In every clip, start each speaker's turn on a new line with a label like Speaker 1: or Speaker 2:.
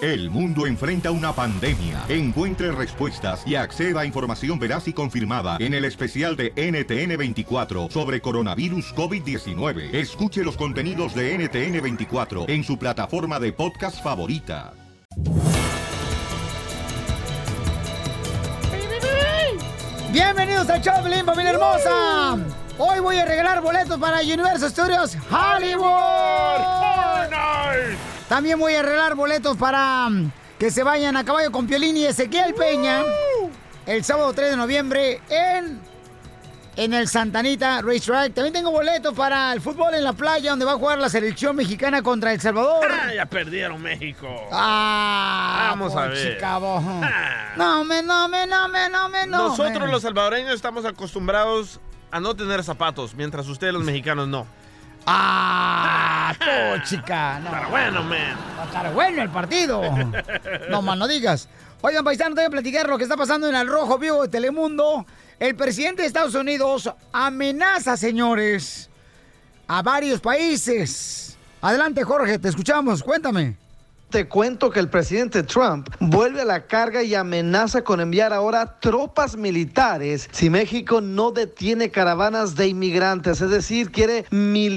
Speaker 1: El mundo enfrenta una pandemia. Encuentre respuestas y acceda a información veraz y confirmada en el especial de NTN24 sobre coronavirus COVID-19. Escuche los contenidos de NTN24 en su plataforma de podcast favorita.
Speaker 2: Bienvenidos a Choplin, familia hermosa. Hoy voy a regalar boletos para Universal Studios Hollywood. También voy a regalar boletos para mm, que se vayan a caballo con Piolín y Ezequiel Peña el sábado 3 de noviembre en, en el Santanita Racetrack. También tengo boletos para el fútbol en la playa donde va a jugar la selección mexicana contra El Salvador.
Speaker 3: Ah, ya perdieron México.
Speaker 2: Ah,
Speaker 3: Vamos a
Speaker 2: pochi
Speaker 3: ver. Ah.
Speaker 2: cabrón. No, me, no, me, no, me, no, me, no.
Speaker 3: Nosotros
Speaker 2: me.
Speaker 3: los salvadoreños estamos acostumbrados a no tener zapatos, mientras ustedes los mexicanos no.
Speaker 2: Ah, pochica. No.
Speaker 3: Pero bueno, man.
Speaker 2: Va a estar bueno el partido. No más no digas. Oigan, paisano, te voy a platicar lo que está pasando en el Rojo Vivo de Telemundo. El presidente de Estados Unidos amenaza, señores, a varios países. Adelante, Jorge, te escuchamos. Cuéntame.
Speaker 4: Te cuento que el presidente Trump vuelve a la carga y amenaza con enviar ahora tropas militares si México no detiene caravanas de inmigrantes, es decir, quiere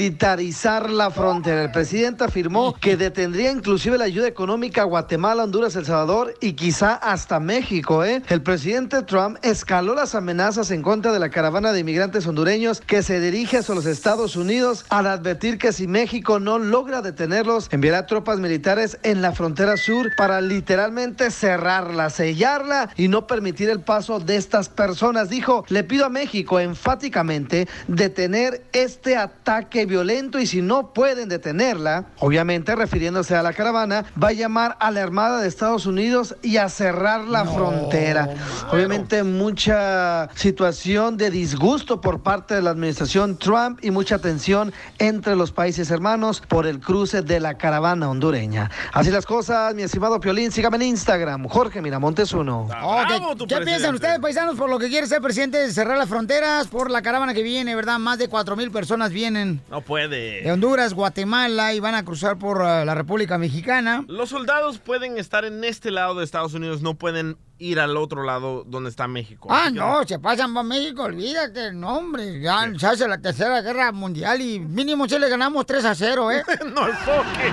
Speaker 4: militarizar la frontera. El presidente afirmó que detendría inclusive la ayuda económica a Guatemala, Honduras, El Salvador y quizá hasta México. ¿eh? El presidente Trump escaló las amenazas en contra de la caravana de inmigrantes hondureños que se dirige hacia los Estados Unidos al advertir que si México no logra detenerlos, enviará tropas militares en la frontera sur para literalmente cerrarla, sellarla y no permitir el paso de estas personas. Dijo, le pido a México enfáticamente detener este ataque violento y si no pueden detenerla, obviamente refiriéndose a la caravana, va a llamar a la Armada de Estados Unidos y a cerrar la frontera. Obviamente mucha situación de disgusto por parte de la administración Trump y mucha tensión entre los países hermanos por el cruce de la caravana hondureña. Así las cosas, mi estimado Piolín, sígame en Instagram, Jorge Miramontes uno.
Speaker 2: Ok,
Speaker 3: Bravo, tu
Speaker 2: Oh, ¿Qué piensan
Speaker 3: presidente.
Speaker 2: ustedes, paisanos, por lo que quiere ser presidente de cerrar las fronteras por la caravana que viene, verdad? Más de 4.000 personas vienen
Speaker 3: No puede.
Speaker 2: de Honduras, Guatemala y van a cruzar por eh, la República Mexicana.
Speaker 3: Los soldados pueden estar en este lado de Estados Unidos, no pueden ir al otro lado donde está México.
Speaker 2: Ah,
Speaker 3: Así que-
Speaker 2: no, se pasan para México, olvídate, no, hombre, ya se hace la tercera guerra mundial y mínimo si le ganamos 3 a 0, ¿eh?
Speaker 3: No enfoque.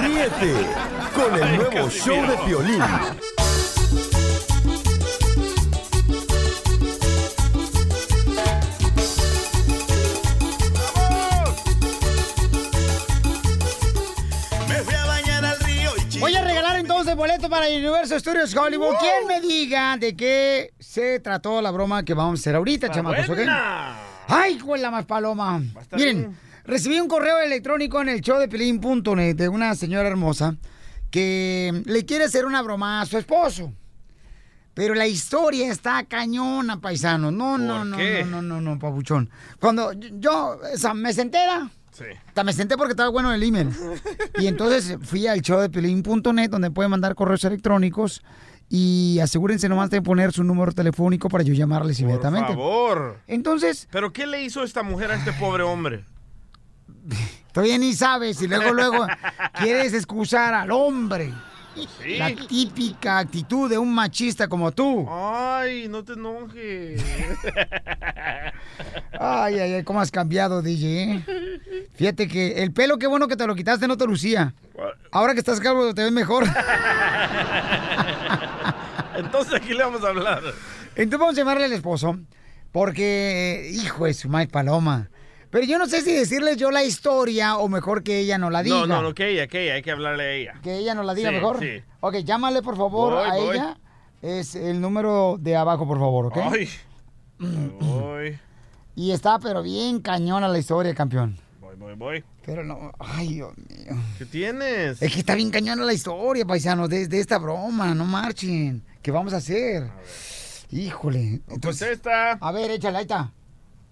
Speaker 5: Ríete con el nuevo show de Piolín.
Speaker 6: Me fui a bañar al río y chico.
Speaker 2: Voy a regalar entonces boleto para Universo Studios Hollywood. ¿Quién me diga de qué se trató la broma que vamos a hacer ahorita, chamacos, ok?
Speaker 3: Buena.
Speaker 2: ¡Ay, con la más paloma!
Speaker 3: estar
Speaker 2: Miren,
Speaker 3: bien.
Speaker 2: recibí un correo electrónico en el show de Pelín.net de una señora hermosa que le quiere hacer una broma a su esposo. Pero la historia está cañona, paisano. No, no,
Speaker 3: ¿Por
Speaker 2: no,
Speaker 3: qué?
Speaker 2: no, no, no, no, papuchón. Cuando yo, o sea, me senté, ¿verdad?
Speaker 3: Sí.
Speaker 2: Hasta me senté porque estaba bueno el email. Y entonces fui al show de Pelín.net donde pueden mandar correos electrónicos y asegúrense nomás de poner su número telefónico para yo llamarles
Speaker 3: Por
Speaker 2: inmediatamente.
Speaker 3: favor.
Speaker 2: Entonces,
Speaker 3: ¿Pero qué le hizo esta mujer a este pobre hombre?
Speaker 2: Todavía ni sabes y luego, luego quieres excusar al hombre.
Speaker 3: Sí.
Speaker 2: La típica actitud de un machista como tú.
Speaker 3: Ay, no te enojes.
Speaker 2: Ay, ay, ay, cómo has cambiado, DJ. ¿eh? Fíjate que el pelo, qué bueno que te lo quitaste, no te lucía. Ahora que estás calvo, te ves mejor.
Speaker 3: Entonces, aquí le vamos a hablar?
Speaker 2: Entonces vamos a llamarle al esposo, porque, eh, hijo de su madre paloma. Pero yo no sé si decirle yo la historia o mejor que ella no la diga.
Speaker 3: No, no, no, que ella, que ella, hay que hablarle a ella.
Speaker 2: Que ella nos la diga
Speaker 3: Sí,
Speaker 2: mejor.
Speaker 3: sí.
Speaker 2: Ok, llámale por favor
Speaker 3: Voy,
Speaker 2: a
Speaker 3: voy.
Speaker 2: ella. Es el número de abajo, por favor, ¿ok?
Speaker 3: Ay. Voy,
Speaker 2: Y está, pero bien cañona la historia, campeón.
Speaker 3: voy, voy, voy.
Speaker 2: Pero no, ay, Dios mío.
Speaker 3: ¿Qué tienes?
Speaker 2: Es que está bien cañona la historia, paisanos, de, de esta broma, no marchen. ¿Qué vamos a hacer? Híjole. Entonces,
Speaker 3: Contesta.
Speaker 2: a ver, échale, ahí está.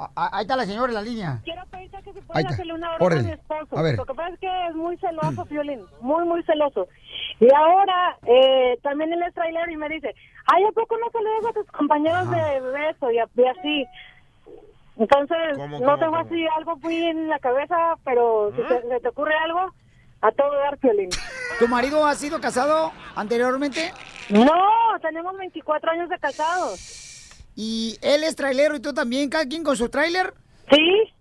Speaker 2: A- a- ahí está la señora en la línea.
Speaker 7: Quiero pedirte que se
Speaker 2: Ahí
Speaker 7: pueda
Speaker 2: está.
Speaker 7: hacerle una broma a
Speaker 2: Órale.
Speaker 7: mi esposo.
Speaker 2: A ver. Mm.
Speaker 7: Lo que pasa es que es muy celoso, Violín. Muy, muy celoso. Y ahora eh, también él es trailer y me dice, ay, ¿a poco no saludas a tus compañeros de beso? Y, a- y así. Entonces,
Speaker 3: ¿Cómo,
Speaker 7: no
Speaker 3: cómo,
Speaker 7: tengo
Speaker 3: cómo? ¿Mm?
Speaker 7: así algo muy en la cabeza, pero si te- se te ocurre algo, A todo dar, Piolín.
Speaker 2: ¿Tu marido ha sido casado anteriormente?
Speaker 7: No, tenemos 24 años de casados.
Speaker 2: ¿Y él es trailero y tú también? ¿Cada quien con su tráiler?
Speaker 7: Sí.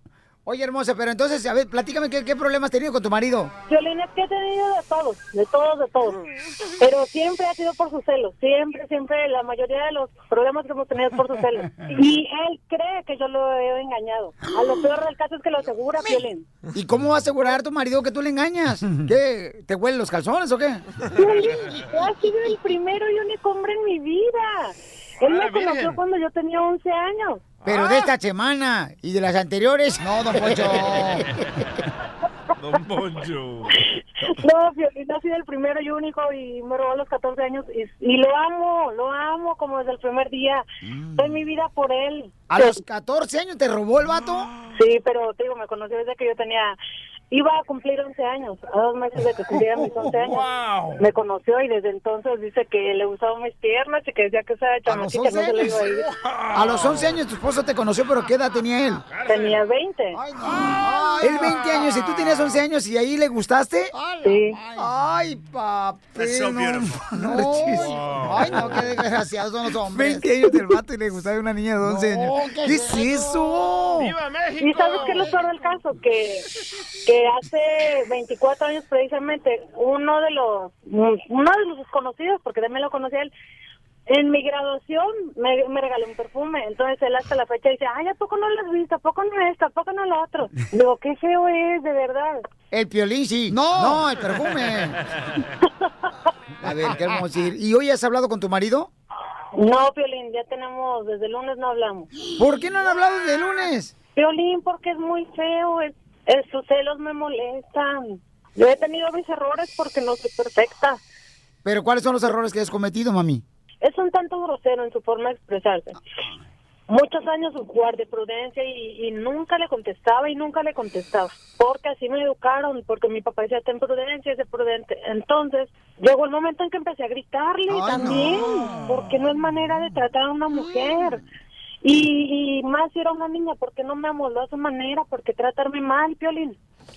Speaker 2: Oye, hermosa, pero entonces, a ver, platícame qué, qué problemas has tenido con tu marido.
Speaker 7: Piolín, es que he tenido de todos, de todos, de todos. Pero siempre ha sido por sus celos. Siempre, siempre, la mayoría de los problemas que hemos tenido es por sus celos. Y él cree que yo lo he engañado. A lo peor del caso es que lo asegura, Piolín.
Speaker 2: ¿Y cómo va a asegurar tu marido que tú le engañas? ¿Qué? ¿Te huelen los calzones o qué?
Speaker 7: Piolín, tú has sido el primero y único hombre en mi vida. Él me conoció cuando yo tenía 11 años.
Speaker 2: Pero de esta semana y de las anteriores. No, don Poncho.
Speaker 3: Don Poncho.
Speaker 7: No, Violín ha sido el primero y único y me robó a los 14 años y, y lo amo, lo amo como desde el primer día. Doy mi vida por él.
Speaker 2: Mm. ¿A los 14 años te robó el vato?
Speaker 7: Sí, pero te digo, me conoció desde que yo tenía... Iba a cumplir 11 años, a dos meses de que cumpliera mis 11 años.
Speaker 2: Wow.
Speaker 7: Me conoció y desde entonces dice que le usaba mis piernas y que decía que esa
Speaker 2: A los
Speaker 7: chamaquita no
Speaker 2: 11
Speaker 7: se le
Speaker 2: años.
Speaker 7: iba a ir.
Speaker 2: A los 11 años tu esposo te conoció, pero ¿qué edad tenía él?
Speaker 7: Tenía 20.
Speaker 2: Él 20 años y tú tenías 11 años y ahí le gustaste.
Speaker 7: Sí.
Speaker 2: Ay, papi.
Speaker 6: That's so
Speaker 2: no,
Speaker 6: beautiful. Oh.
Speaker 2: no.
Speaker 5: Wow.
Speaker 2: Ay, no, qué desgraciados son los hombres.
Speaker 8: 20 años del vato y le gustaba una niña de 11
Speaker 2: No,
Speaker 8: años.
Speaker 2: ¿qué
Speaker 8: ¿Qué,
Speaker 2: es
Speaker 8: es eso?
Speaker 3: ¡Viva México!
Speaker 7: ¿Y sabes qué es lo peor del caso? Que, que hace 24 años precisamente uno de los uno de los desconocidos, porque también lo conocía él, en mi graduación me, me regaló un perfume. Entonces él hasta la fecha dice, ay, ¿a poco no lo has visto? ¿A poco no esto? ¿A poco no lo otro? Digo, qué feo es, de verdad.
Speaker 2: El piolín, sí. No. No, el perfume. A ver, ¿qué vamos a decir? ¿Y hoy has hablado con tu marido?
Speaker 7: No, Piolín, ya tenemos, desde el lunes no hablamos.
Speaker 2: ¿Por qué no han hablado de lunes?
Speaker 7: Piolín, porque es muy feo, es, es- sus celos me molestan. Yo he tenido mis errores porque no soy perfecta.
Speaker 2: Pero ¿cuáles son los errores que has cometido, mami?
Speaker 7: Es un tanto grosero en su forma de expresarse. Muchos años guardé prudencia y, y nunca le contestaba y nunca le contestaba. Porque así me educaron, porque mi papá decía, ten prudencia, sé prudente. Entonces, llegó el momento en que empecé a gritarle también, porque no es manera de tratar a una mujer. Y, y más si era una niña, porque no me amoldó a su manera, porque tratarme mal, Piolín.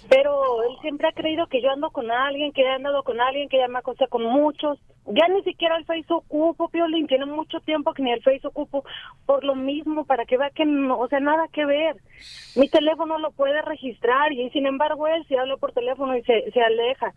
Speaker 7: Pero él siempre ha creído que yo ando con alguien, que he andado con alguien, que ya me acosté con muchos. Ya ni siquiera el Facebook ocupo, Piolín. Tiene mucho tiempo que ni el Facebook ocupo. Por lo mismo, para que vea que no, o sea, nada que ver. Mi teléfono lo puede registrar y sin embargo él si habla por teléfono y se, se aleja.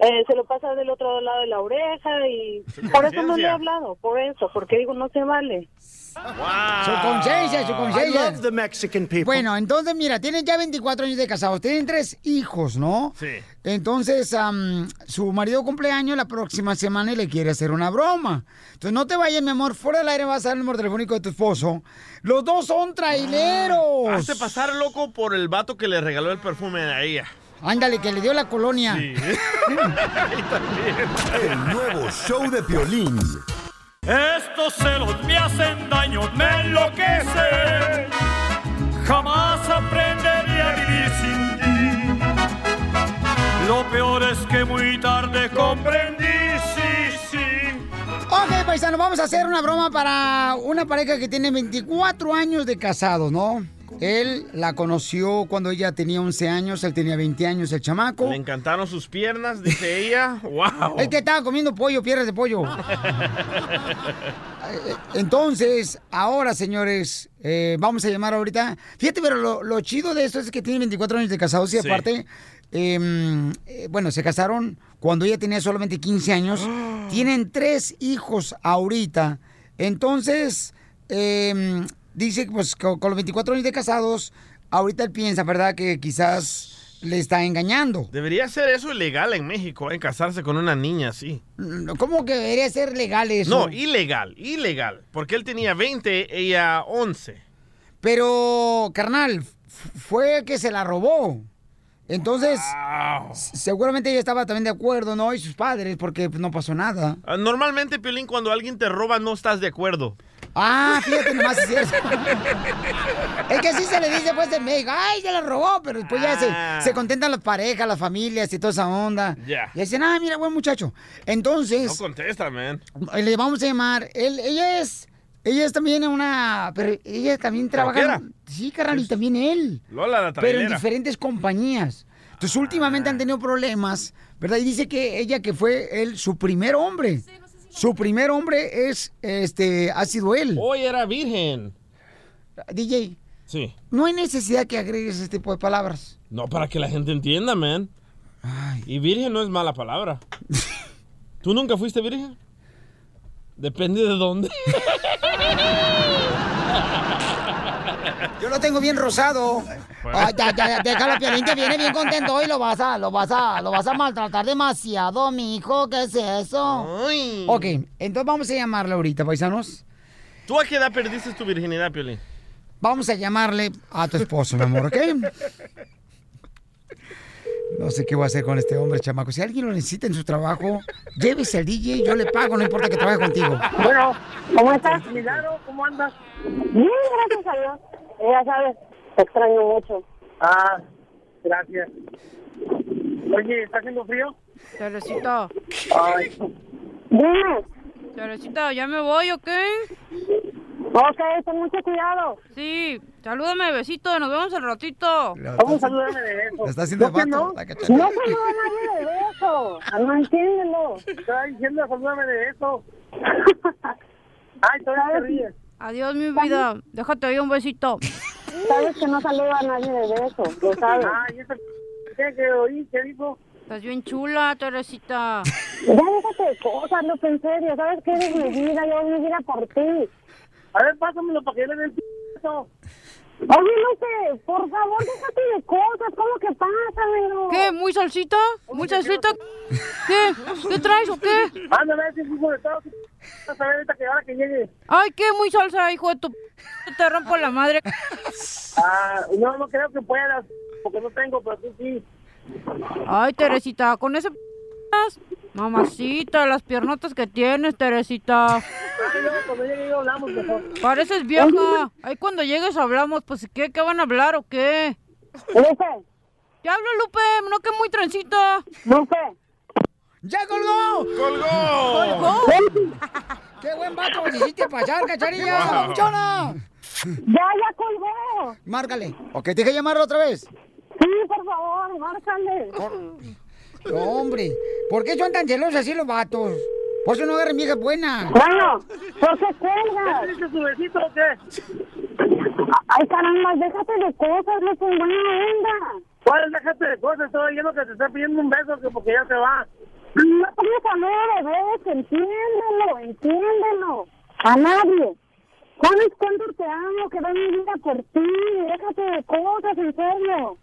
Speaker 7: Eh, se lo pasa del otro lado de la oreja y por eso no le he
Speaker 3: conciencia.
Speaker 7: hablado, por eso, porque digo, no se vale.
Speaker 2: Su conciencia, su
Speaker 6: Ah, I
Speaker 2: conciencia.
Speaker 6: love the Mexican people.
Speaker 2: Bueno, entonces, mira, tienen ya 24 años de casados, tienen tres hijos, ¿no?
Speaker 3: Sí.
Speaker 2: Entonces, am, su marido cumpleaños la próxima semana y le quiere hacer una broma. Entonces, no te vayas, mi amor, fuera del aire vas a dar el número telefónico de tu esposo. Los dos son traileros.
Speaker 3: Hazte pasar loco por el vato que le regaló el perfume a ella.
Speaker 2: Ándale, que le dio la colonia.
Speaker 5: El nuevo show de Piolín.
Speaker 9: Estos celos me hacen daño, me enloquecen. Jamás aprendería a vivir sin ti. Lo peor es que muy tarde comprendí, sí, sí.
Speaker 2: Ok, paisano, vamos a hacer una broma para una pareja que tiene 24 años de casados, ¿no? Él la conoció cuando ella tenía 11 años, él tenía 20 años, el chamaco.
Speaker 3: Le encantaron sus piernas, dice ella. ¡Wow!
Speaker 2: El que estaba comiendo pollo, piernas de pollo. Entonces, ahora, señores, eh, vamos a llamar ahorita. Fíjate, pero lo, lo chido de esto es que tiene 24 años de casados y
Speaker 3: Sí.
Speaker 2: aparte, eh, eh, bueno, se casaron cuando ella tenía solamente 15 años. Tienen tres hijos ahorita. Entonces, eh, dice que pues co- con, los 24 años de casados, ahorita él piensa, ¿verdad? Que quizás le está engañando.
Speaker 3: Debería ser eso ilegal en México, ¿eh? Casarse con una niña así.
Speaker 2: ¿Cómo que debería ser legal Mm, eso?
Speaker 3: No, ilegal, ilegal. Porque él tenía 20, ella 11.
Speaker 2: Pero, carnal, f- fue que se la robó. Entonces, s- seguramente ella estaba también de acuerdo, ¿no? Y sus padres, porque pues, no pasó nada.
Speaker 3: Ah, Normalmente, Piolín, cuando alguien te roba no estás de acuerdo.
Speaker 2: Ah, fíjate nomás, es cierto. es que así se le dice, pues, en México. Ay, se la robó, pero después ya
Speaker 3: Ah.
Speaker 2: se, se contentan las parejas, las familias y toda esa onda.
Speaker 3: Ya.
Speaker 2: Y dicen, ah, mira, buen muchacho. Entonces,
Speaker 3: No contesta, man.
Speaker 2: le vamos a llamar, él, ella es... Ella es también una... Pero ella también trabaja...
Speaker 3: Troquera.
Speaker 2: Sí, carnal, y también él.
Speaker 3: Lola la
Speaker 2: pero en
Speaker 3: trailera.
Speaker 2: diferentes compañías. Entonces, últimamente han tenido problemas, ¿verdad? Y dice que ella que fue él, su primer hombre. Su primer hombre es, este, ha sido él.
Speaker 3: Hoy era virgen.
Speaker 2: DJ,
Speaker 3: Sí.
Speaker 2: no hay necesidad que agregues este tipo de palabras.
Speaker 3: No, para que la gente entienda, man. Y virgen no es mala palabra. ¿Tú nunca fuiste virgen? Depende de dónde.
Speaker 9: Eh,
Speaker 2: Yo lo tengo bien rosado. Ay, ya, ya, ya, déjalo, Piolín, que viene bien contento hoy, lo vas a, lo vas a, lo vas a maltratar demasiado, mijo, ¿qué es eso? Ok, entonces vamos a llamarle ahorita, paisanos.
Speaker 3: ¿Tú a qué edad perdiste tu virginidad, Piolín?
Speaker 2: Vamos a llamarle a tu esposo, mi amor, ¿ok? No sé qué voy a hacer con este hombre, chamaco. Si alguien lo necesita en su trabajo, llévese al DJ, yo le pago, no importa que trabaje contigo.
Speaker 9: Bueno, ¿cómo estás? Milagro, ¿cómo andas? Bien, gracias a Dios. Ya sabes, te extraño mucho.
Speaker 10: Ah, gracias. Oye, ¿está haciendo frío?
Speaker 11: Teresita.
Speaker 10: Ay.
Speaker 11: Teresita, ¿ya me voy o qué?
Speaker 9: Ok, ten mucho cuidado.
Speaker 11: Sí, salúdame, besito, nos vemos el ratito.
Speaker 9: Vamos, salúdame de beso.
Speaker 2: Lo está haciendo
Speaker 9: ¿No que
Speaker 2: vato,
Speaker 9: No,
Speaker 2: la
Speaker 9: no
Speaker 2: cachanilla.
Speaker 9: saluda
Speaker 10: pues,
Speaker 9: a nadie de beso. No entiéndelo.
Speaker 10: Estaba diciendo, salúdame de eso. Ay, todavía te ríes.
Speaker 11: Adiós, mi vida. Déjate ahí un besito.
Speaker 9: Sabes que no saluda a nadie de beso, lo sabes.
Speaker 10: Ay, ese p- que oí, ¿qué dijo?
Speaker 11: Estás bien chula, Teresita.
Speaker 9: Ya déjate de cosas, no en serio. Sabes que eres mi vida, yo voy a vivir a por ti.
Speaker 10: A ver, pásamelo para que le dé el p- eso.
Speaker 9: Oye, Lupe, por favor, déjate de cosas. ¿Cómo que pasa, negro?
Speaker 11: ¿Qué? ¿Muy salsita? ¿Muy salsita? ¿Qué? ¿Qué traes o qué?
Speaker 10: Mándame ese hijo de todo. que p- Vas a ver ahorita que ahora que llegue.
Speaker 11: Ay, ¿qué? ¿Muy salsa, hijo de tu... p- Te rompo la madre.
Speaker 10: Ah, no, no creo que puedas, porque no tengo, pero tú sí.
Speaker 11: Ay, Teresita, con ese... p- Mamacita, las piernotas que tienes, Teresita.
Speaker 10: Ay, no, cuando llegue yo hablamos mejor.
Speaker 11: Pareces vieja. Ahí cuando llegues hablamos, pues ¿qué? ¿Qué van a hablar o qué?
Speaker 9: Lupe,
Speaker 11: Ya hablo, Lupe, no que muy trencita.
Speaker 9: Lupe.
Speaker 2: ¡Ya colgó!
Speaker 11: ¡Colgó!
Speaker 2: ¡Qué buen vato nos hiciste pasar, cacharilla!
Speaker 12: Wow.
Speaker 2: ¡Papuchona!
Speaker 9: Ya, ya colgó.
Speaker 2: Márcale. Ok, te dije llamarlo otra vez.
Speaker 9: Sí, por favor, márcale.
Speaker 2: No, hombre, ¿por qué son tan celosos así los vatos? Por eso no agarren viejas buenas.
Speaker 9: Bueno, ¿por qué cuelgas?
Speaker 10: ¿Te dices su besito o qué?
Speaker 9: Ay, caramba, déjate de cosas, Lupe, buena onda.
Speaker 10: ¿Cuál? Déjate de cosas, estoy oyendo que te está pidiendo un beso que porque ya se va.
Speaker 9: No pongas a nadie de beso, entiéndelo, entiéndelo. A nadie. ¿Sabes cuánto te amo? Que doy mi vida por ti. Déjate de cosas, en serio.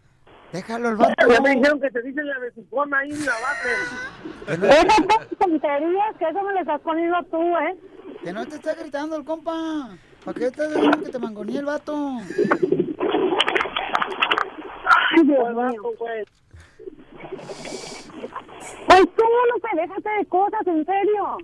Speaker 2: Déjalo al
Speaker 10: Ya me
Speaker 2: vato.
Speaker 10: dijeron que te dicen la besicona ahí en la base.
Speaker 9: Esas pocas tonterías que eso me lo estás poniendo tú, ¿eh?
Speaker 2: Que no te está gritando el compa. ¿Para qué estás dejando que te mangonee el vato?
Speaker 9: Ay, Dios mío. Pues tú, Lupe, déjate de cosas, en serio.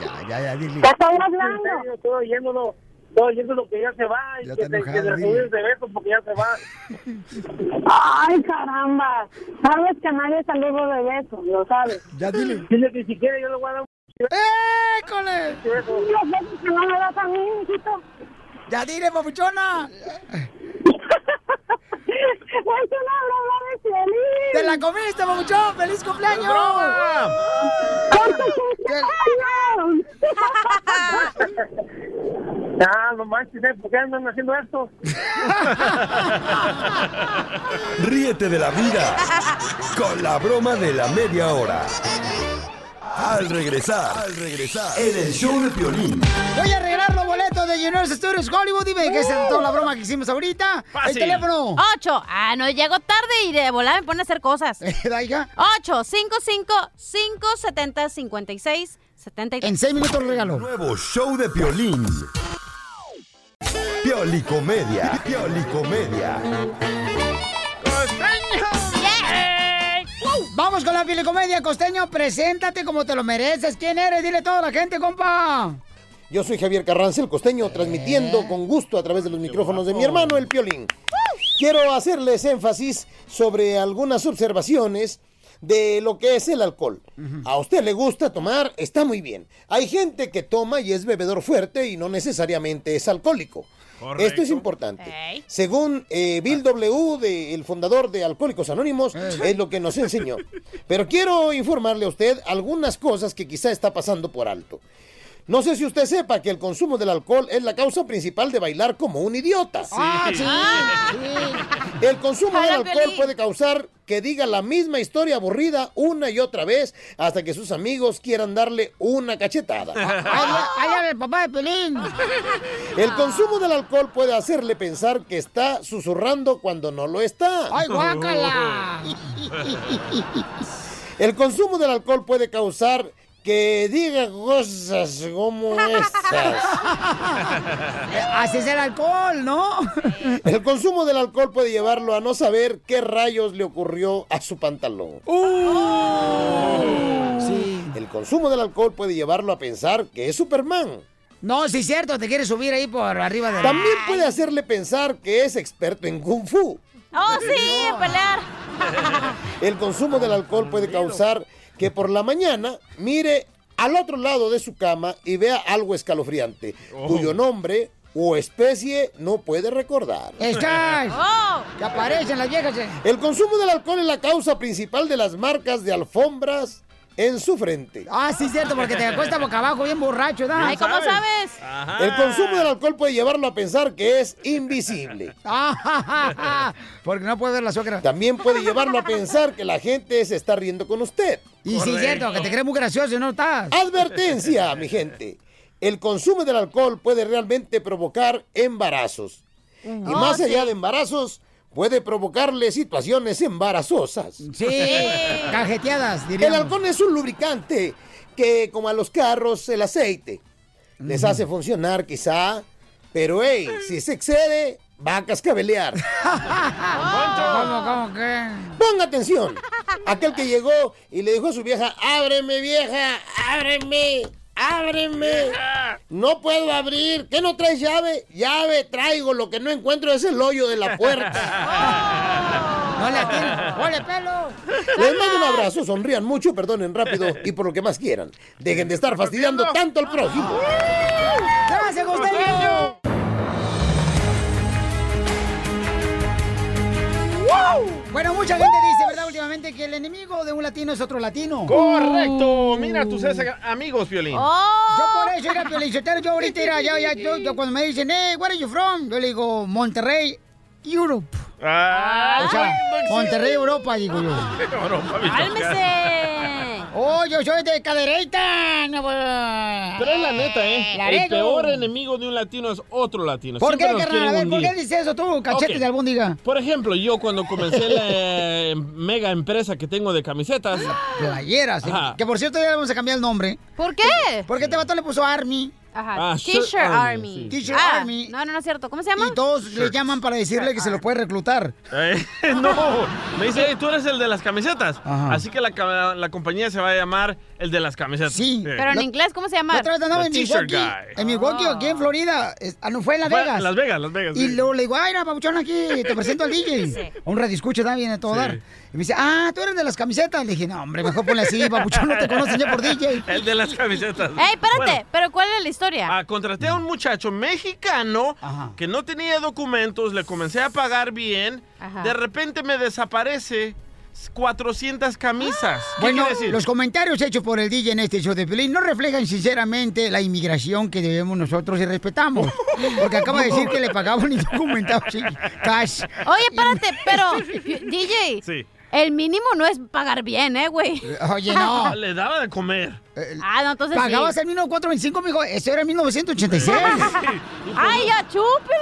Speaker 2: Ya, ya, ya, dile.
Speaker 9: Ya estoy
Speaker 10: En
Speaker 9: hablando.
Speaker 10: serio, estoy oyéndolo. Estoy oyéndolo que ya se va. Y
Speaker 2: Ya
Speaker 10: que
Speaker 2: está
Speaker 10: te, que
Speaker 2: enojada,
Speaker 10: te
Speaker 2: dile.
Speaker 10: subes de beso porque ya se va.
Speaker 9: Ay, caramba. Sabes que a nadie saludo de beso, lo sabes.
Speaker 2: Ya, dile.
Speaker 10: Dile que si quiere yo le voy a dar
Speaker 2: ¡École!
Speaker 10: un beso.
Speaker 9: Los besos que no me das a mí, mijito.
Speaker 2: Ya, dile, papuchona.
Speaker 9: Es una broma de feliz.
Speaker 2: ¡Te la comiste, papuchón! ¡Feliz cumpleaños!
Speaker 9: ¡Corta cumpleaños!
Speaker 10: Ah, no manches, ¿eh? ¿por qué andan haciendo esto?
Speaker 5: Ríete de la vida con la broma de la media hora. Al regresar, al regresar, en el show de Piolín.
Speaker 2: Voy a regalar los boletos de Universal Studios Hollywood. Dime que
Speaker 9: Uh.
Speaker 2: esa es toda la broma que hicimos ahorita.
Speaker 3: Fácil.
Speaker 2: ¡El teléfono!
Speaker 11: Ocho. Ah, no, llego tarde y de volada me pone a hacer cosas.
Speaker 2: Daiga,
Speaker 11: Ocho, cinco, cinco, cinco, setenta, cincuenta y seis, setenta y
Speaker 2: en seis minutos lo regalo.
Speaker 5: Nuevo show de Piolín. Piolicomedia, Piolicomedia.
Speaker 2: Vamos con la filicomedia, Costeño. Preséntate como te lo mereces. ¿Quién eres? Dile todo a la gente, compa.
Speaker 13: Yo soy Javier Carranza, el costeño, transmitiendo con gusto a través de los micrófonos de mi hermano, el Piolín. Quiero hacerles énfasis sobre algunas observaciones de lo que es el alcohol. A usted le gusta tomar, está muy bien. Hay gente que toma y es bebedor fuerte y no necesariamente es alcohólico. Esto es importante. Según eh, Bill W., de- el fundador de Alcohólicos Anónimos,
Speaker 2: Eh.
Speaker 13: es lo que nos enseñó. Pero quiero informarle a usted algunas cosas que quizá está pasando por alto. No sé si usted sepa que el consumo del alcohol es la causa principal de bailar como un idiota.
Speaker 2: Ah, sí.
Speaker 13: El consumo de alcohol puede causar que diga la misma historia aburrida una y otra vez hasta que sus amigos quieran darle una cachetada.
Speaker 2: el papá de Pelín!
Speaker 13: El consumo del alcohol puede hacerle pensar que está susurrando cuando no lo está.
Speaker 2: ¡Ay, guácala!
Speaker 13: El consumo del alcohol puede causar que diga cosas como estas.
Speaker 2: Así es el alcohol, ¿no?
Speaker 13: El consumo del alcohol puede llevarlo a no saber qué rayos le ocurrió a su pantalón. El consumo del alcohol puede llevarlo a pensar que es Superman.
Speaker 2: No, sí es cierto, te quieres subir ahí por arriba de...
Speaker 13: También puede hacerle pensar que es experto en kung fu.
Speaker 11: ¡Oh, sí! ¡A pelear!
Speaker 13: El consumo del alcohol puede causar que por la mañana mire al otro lado de su cama y vea algo escalofriante,
Speaker 2: Oh.
Speaker 13: cuyo nombre o especie no puede recordar.
Speaker 2: ¡Estás!
Speaker 9: Oh.
Speaker 2: Que aparecen las viejas. eh.
Speaker 13: El consumo del alcohol es la causa principal de las marcas de alfombras en su frente.
Speaker 2: Ah, sí, cierto, porque te acuestas boca abajo bien borracho, ¿no?
Speaker 13: Ay, ¿cómo sabes? El consumo del alcohol puede llevarlo a pensar que es invisible.
Speaker 2: Ah, Porque no puede ver la suegra.
Speaker 13: También puede llevarlo a pensar que la gente se está riendo con usted.
Speaker 2: Y sí, cierto, que te crees muy gracioso y no estás.
Speaker 13: Advertencia, mi gente. El consumo del alcohol puede realmente provocar embarazos. Y
Speaker 2: Oh,
Speaker 13: más allá
Speaker 2: sí.
Speaker 13: de embarazos, puede provocarle situaciones embarazosas.
Speaker 2: Sí, cajeteadas,
Speaker 13: El
Speaker 2: diríamos.
Speaker 13: alcohol es un lubricante que, como a los carros, el aceite. Les hace funcionar quizá, pero hey, si se excede, va a cascabelear.
Speaker 2: ¿Cómo, cómo, qué?
Speaker 13: Ponga atención. Aquel que llegó y le dijo a su vieja, ábreme vieja, ábreme, ábreme. No puedo abrir. ¿Qué no traes llave? Llave traigo. Lo que no encuentro es el hoyo de la puerta.
Speaker 2: No la tiene. ¡Ole, pelo!
Speaker 13: Les mando un abrazo, sonrían mucho, perdonen rápido y por lo que más quieran. Dejen de estar fastidiando tanto al prójimo.
Speaker 2: ¡Gracias, costeño! Bueno, mucha gente dice, ¿verdad? Últimamente que el enemigo de un latino es otro latino.
Speaker 14: Correcto. Mira, tus ex amigos, Violín.
Speaker 2: Uh.
Speaker 3: Oh.
Speaker 2: Yo por eso era piolinchotero, yo ahorita era, ya, ya, yo, yo cuando me dicen, hey, where are you from? Yo le digo, Monterrey, Europe.
Speaker 14: Ah,
Speaker 2: o sea,
Speaker 14: lindo,
Speaker 2: Monterrey, Europa, digo yo.
Speaker 14: Europa, Michoacán.
Speaker 3: Eh.
Speaker 2: ¡Oh, yo soy de cadereita! no, pues.
Speaker 3: Pero es la neta, ¿eh?
Speaker 2: La
Speaker 3: el
Speaker 2: rego.
Speaker 3: peor enemigo de un latino es otro latino.
Speaker 2: ¿Por qué,
Speaker 3: Siempre nos
Speaker 2: carnal? A
Speaker 3: quieren
Speaker 2: ver, ¿por
Speaker 3: hundir.
Speaker 2: qué dices eso tú, cachete
Speaker 3: Ok.
Speaker 2: de albóndiga?
Speaker 3: Por ejemplo, yo cuando comencé la eh, mega empresa que tengo de camisetas.
Speaker 2: Ah, Playeras.
Speaker 3: Ajá.
Speaker 2: Que por cierto, ya le vamos a cambiar el nombre.
Speaker 11: ¿Por qué?
Speaker 2: Porque este vato le puso Army.
Speaker 11: Ajá.
Speaker 3: Ah,
Speaker 11: T-shirt
Speaker 3: shirt
Speaker 11: Army.
Speaker 3: Army,
Speaker 2: sí. T-shirt
Speaker 11: Ah,
Speaker 2: Army.
Speaker 11: No, no, no es cierto. ¿Cómo se llama?
Speaker 2: Y todos le llaman para decirle que se lo puede reclutar.
Speaker 3: Eh, no, me dice, "Hey, tú eres el de las camisetas. Así que la, ca- la compañía se va a llamar el de las camisetas. Sí,
Speaker 11: Pero en inglés, ¿cómo se llama?
Speaker 2: La otra vez andaba
Speaker 3: The
Speaker 2: en
Speaker 3: T-shirt
Speaker 2: Milwaukee,
Speaker 3: guy.
Speaker 2: en Milwaukee, aquí en Florida. Es- ah, no, fue en Las
Speaker 3: Fue a
Speaker 2: Vegas.
Speaker 3: Las Vegas, Las Vegas. sí.
Speaker 2: Y luego le digo, ay, no, papuchón, aquí te presento al DJ. A un radioescucha también a todo
Speaker 3: Sí.
Speaker 2: dar. Y me dice, ah, tú eres de las camisetas. Le dije, no, hombre, mejor ponle así, papuchón, no te conocen ya por DJ.
Speaker 3: El de las camisetas.
Speaker 11: Ey, espérate,
Speaker 3: Bueno,
Speaker 11: pero ¿cuál es la historia?
Speaker 3: ah, contraté a un muchacho mexicano que no tenía documentos, le comencé a pagar bien.
Speaker 11: Ajá.
Speaker 3: De repente me desaparece 400 camisas. ¿Qué
Speaker 2: Bueno,
Speaker 3: quiere decir?
Speaker 2: los comentarios hechos por el DJ en este show de Pelín no reflejan sinceramente la inmigración que debemos nosotros y respetamos. Porque acaba de decir que le pagaban indocumentados y cash.
Speaker 11: Oye, espérate, pero, DJ,
Speaker 3: Sí.
Speaker 11: el mínimo no es pagar bien, ¿eh, güey?
Speaker 2: Oye, no.
Speaker 3: Ah,
Speaker 2: Eh,
Speaker 3: Le daba de comer.
Speaker 11: Ah, no, entonces
Speaker 2: Pagabas
Speaker 11: sí.
Speaker 2: el 1925, mijo. Eso era 1986.
Speaker 11: Ay, ya chupe,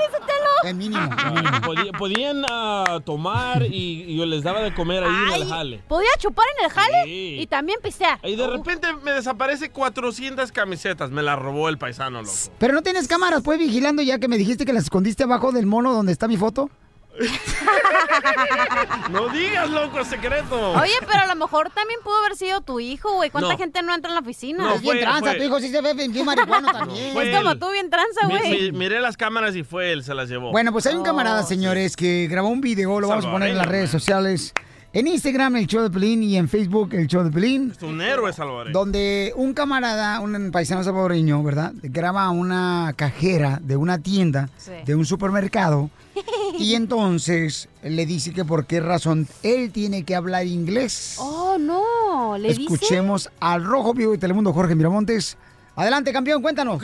Speaker 2: El mínimo.
Speaker 3: Podí- podían ah, tomar y, y yo les daba de comer ahí en el jale.
Speaker 11: ¿Podía chupar en el jale?
Speaker 3: Sí.
Speaker 11: Y también pistear.
Speaker 3: Y de repente me desaparece 400 camisetas. Me las robó el paisano, loco.
Speaker 2: Pero no tienes cámaras, pues vigilando ya que me dijiste que las escondiste abajo del mono donde está mi foto.
Speaker 3: No digas, loco, secreto.
Speaker 11: Oye, pero a lo mejor también pudo haber sido tu hijo, güey. ¿Cuánta
Speaker 3: No.
Speaker 11: gente no entra en la oficina?
Speaker 3: No, Es bien fue- tranza, fue- tu hijo
Speaker 2: sí se ve bien marihuano también.
Speaker 3: fue
Speaker 11: es como
Speaker 3: él.
Speaker 11: tú, bien tranza,
Speaker 3: Mi-
Speaker 11: güey.
Speaker 3: mi- miré las cámaras y fue él, se las llevó.
Speaker 2: pues Bueno, pues hay un camarada, señores, que grabó un video, lo vamos a poner en las redes sociales. En Instagram, el show de Pelín, y en Facebook, el show de Pelín.
Speaker 3: Es un héroe, Salvador.
Speaker 2: Donde un camarada, un paisano salvadoreño, ¿verdad? Graba a una cajera de una tienda,
Speaker 15: Sí.
Speaker 2: de un supermercado, y entonces le dice que por qué razón él tiene que hablar inglés.
Speaker 11: Oh, no. ¿Le dice?
Speaker 2: Escuchemos al Rojo Vivo de Telemundo, Jorge Miramontes. Adelante, campeón, cuéntanos.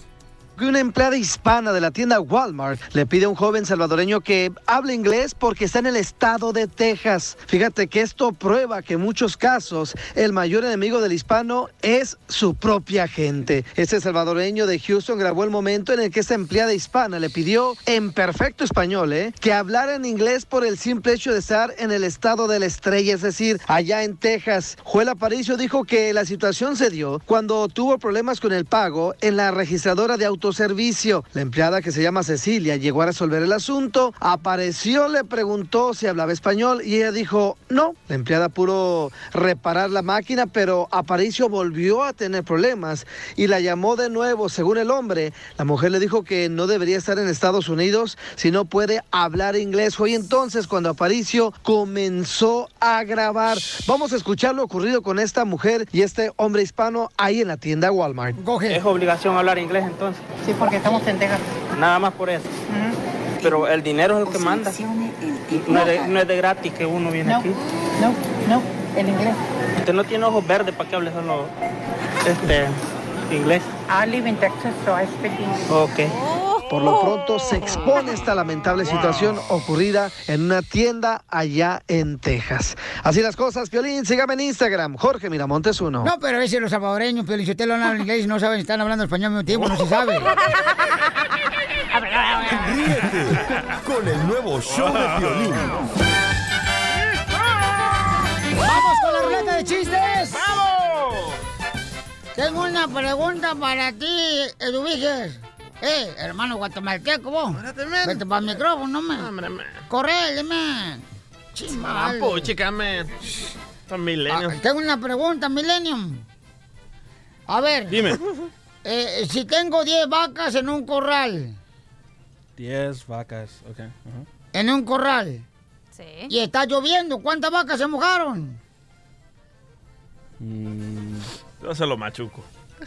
Speaker 4: que una empleada hispana de la tienda Walmart le pide a un joven salvadoreño que hable inglés porque está en el estado de Texas. Fíjate que esto prueba que en muchos casos el mayor enemigo del hispano es su propia gente. Este salvadoreño de Houston grabó el momento en el que esta empleada hispana le pidió en perfecto español ¿eh? que hablara en inglés por el simple hecho de estar en el estado de la estrella, es decir, allá en Texas. Joel Aparicio dijo que la situación se dio cuando tuvo problemas con el pago en la registradora de autoservicio. La empleada que se llama Cecilia llegó a resolver el asunto, apareció, le preguntó si hablaba español y ella dijo no. La empleada pudo reparar la máquina, pero Aparicio volvió a tener problemas y la llamó de nuevo. Según el hombre, la mujer le dijo que no debería estar en Estados Unidos si no puede hablar inglés. Fue ahí entonces cuando Aparicio comenzó a grabar. Vamos a escuchar lo ocurrido con esta mujer y este hombre hispano ahí en la tienda Walmart.
Speaker 16: Es obligación hablar inglés entonces.
Speaker 17: Sí, porque estamos en Texas.
Speaker 16: Nada más por eso. Pero el dinero es el que manda. No es, de, no es de gratis que uno viene aquí.
Speaker 17: No, no, en inglés.
Speaker 16: Usted no tiene ojos verdes para que hable solo este, inglés.
Speaker 17: I live in Texas, so I speak
Speaker 18: Este,
Speaker 17: English.
Speaker 16: Ok.
Speaker 4: Por lo pronto se expone esta lamentable situación ocurrida en una tienda allá en Texas. Así las cosas, Piolín, sígame en Instagram, Jorge Miramontes 1.
Speaker 2: No, pero a veces los salvadoreños, pero si usted lo hablan inglés y no saben, si están hablando español al mismo tiempo, no se sabe.
Speaker 5: Ríete con el nuevo show de Piolín.
Speaker 2: ¡Vamos con la ruleta de chistes! ¡Vamos! Tengo una pregunta para ti, Eduviges. Eh, hermano guatemalteco, vos. Vete para el micrófono, man. Hombre, man. Correle, man. Chimal.
Speaker 3: Papo, Ah, pues, chica, man. Son milenios.
Speaker 2: Ah, tengo una pregunta, Millennium. A ver.
Speaker 3: Dime.
Speaker 2: Eh, si tengo 10 vacas en un corral,
Speaker 14: 10 vacas, ok. ujú.
Speaker 2: en un corral,
Speaker 11: Sí.
Speaker 2: y está lloviendo, ¿cuántas vacas se mojaron?
Speaker 14: Mm, Yo se lo machuco.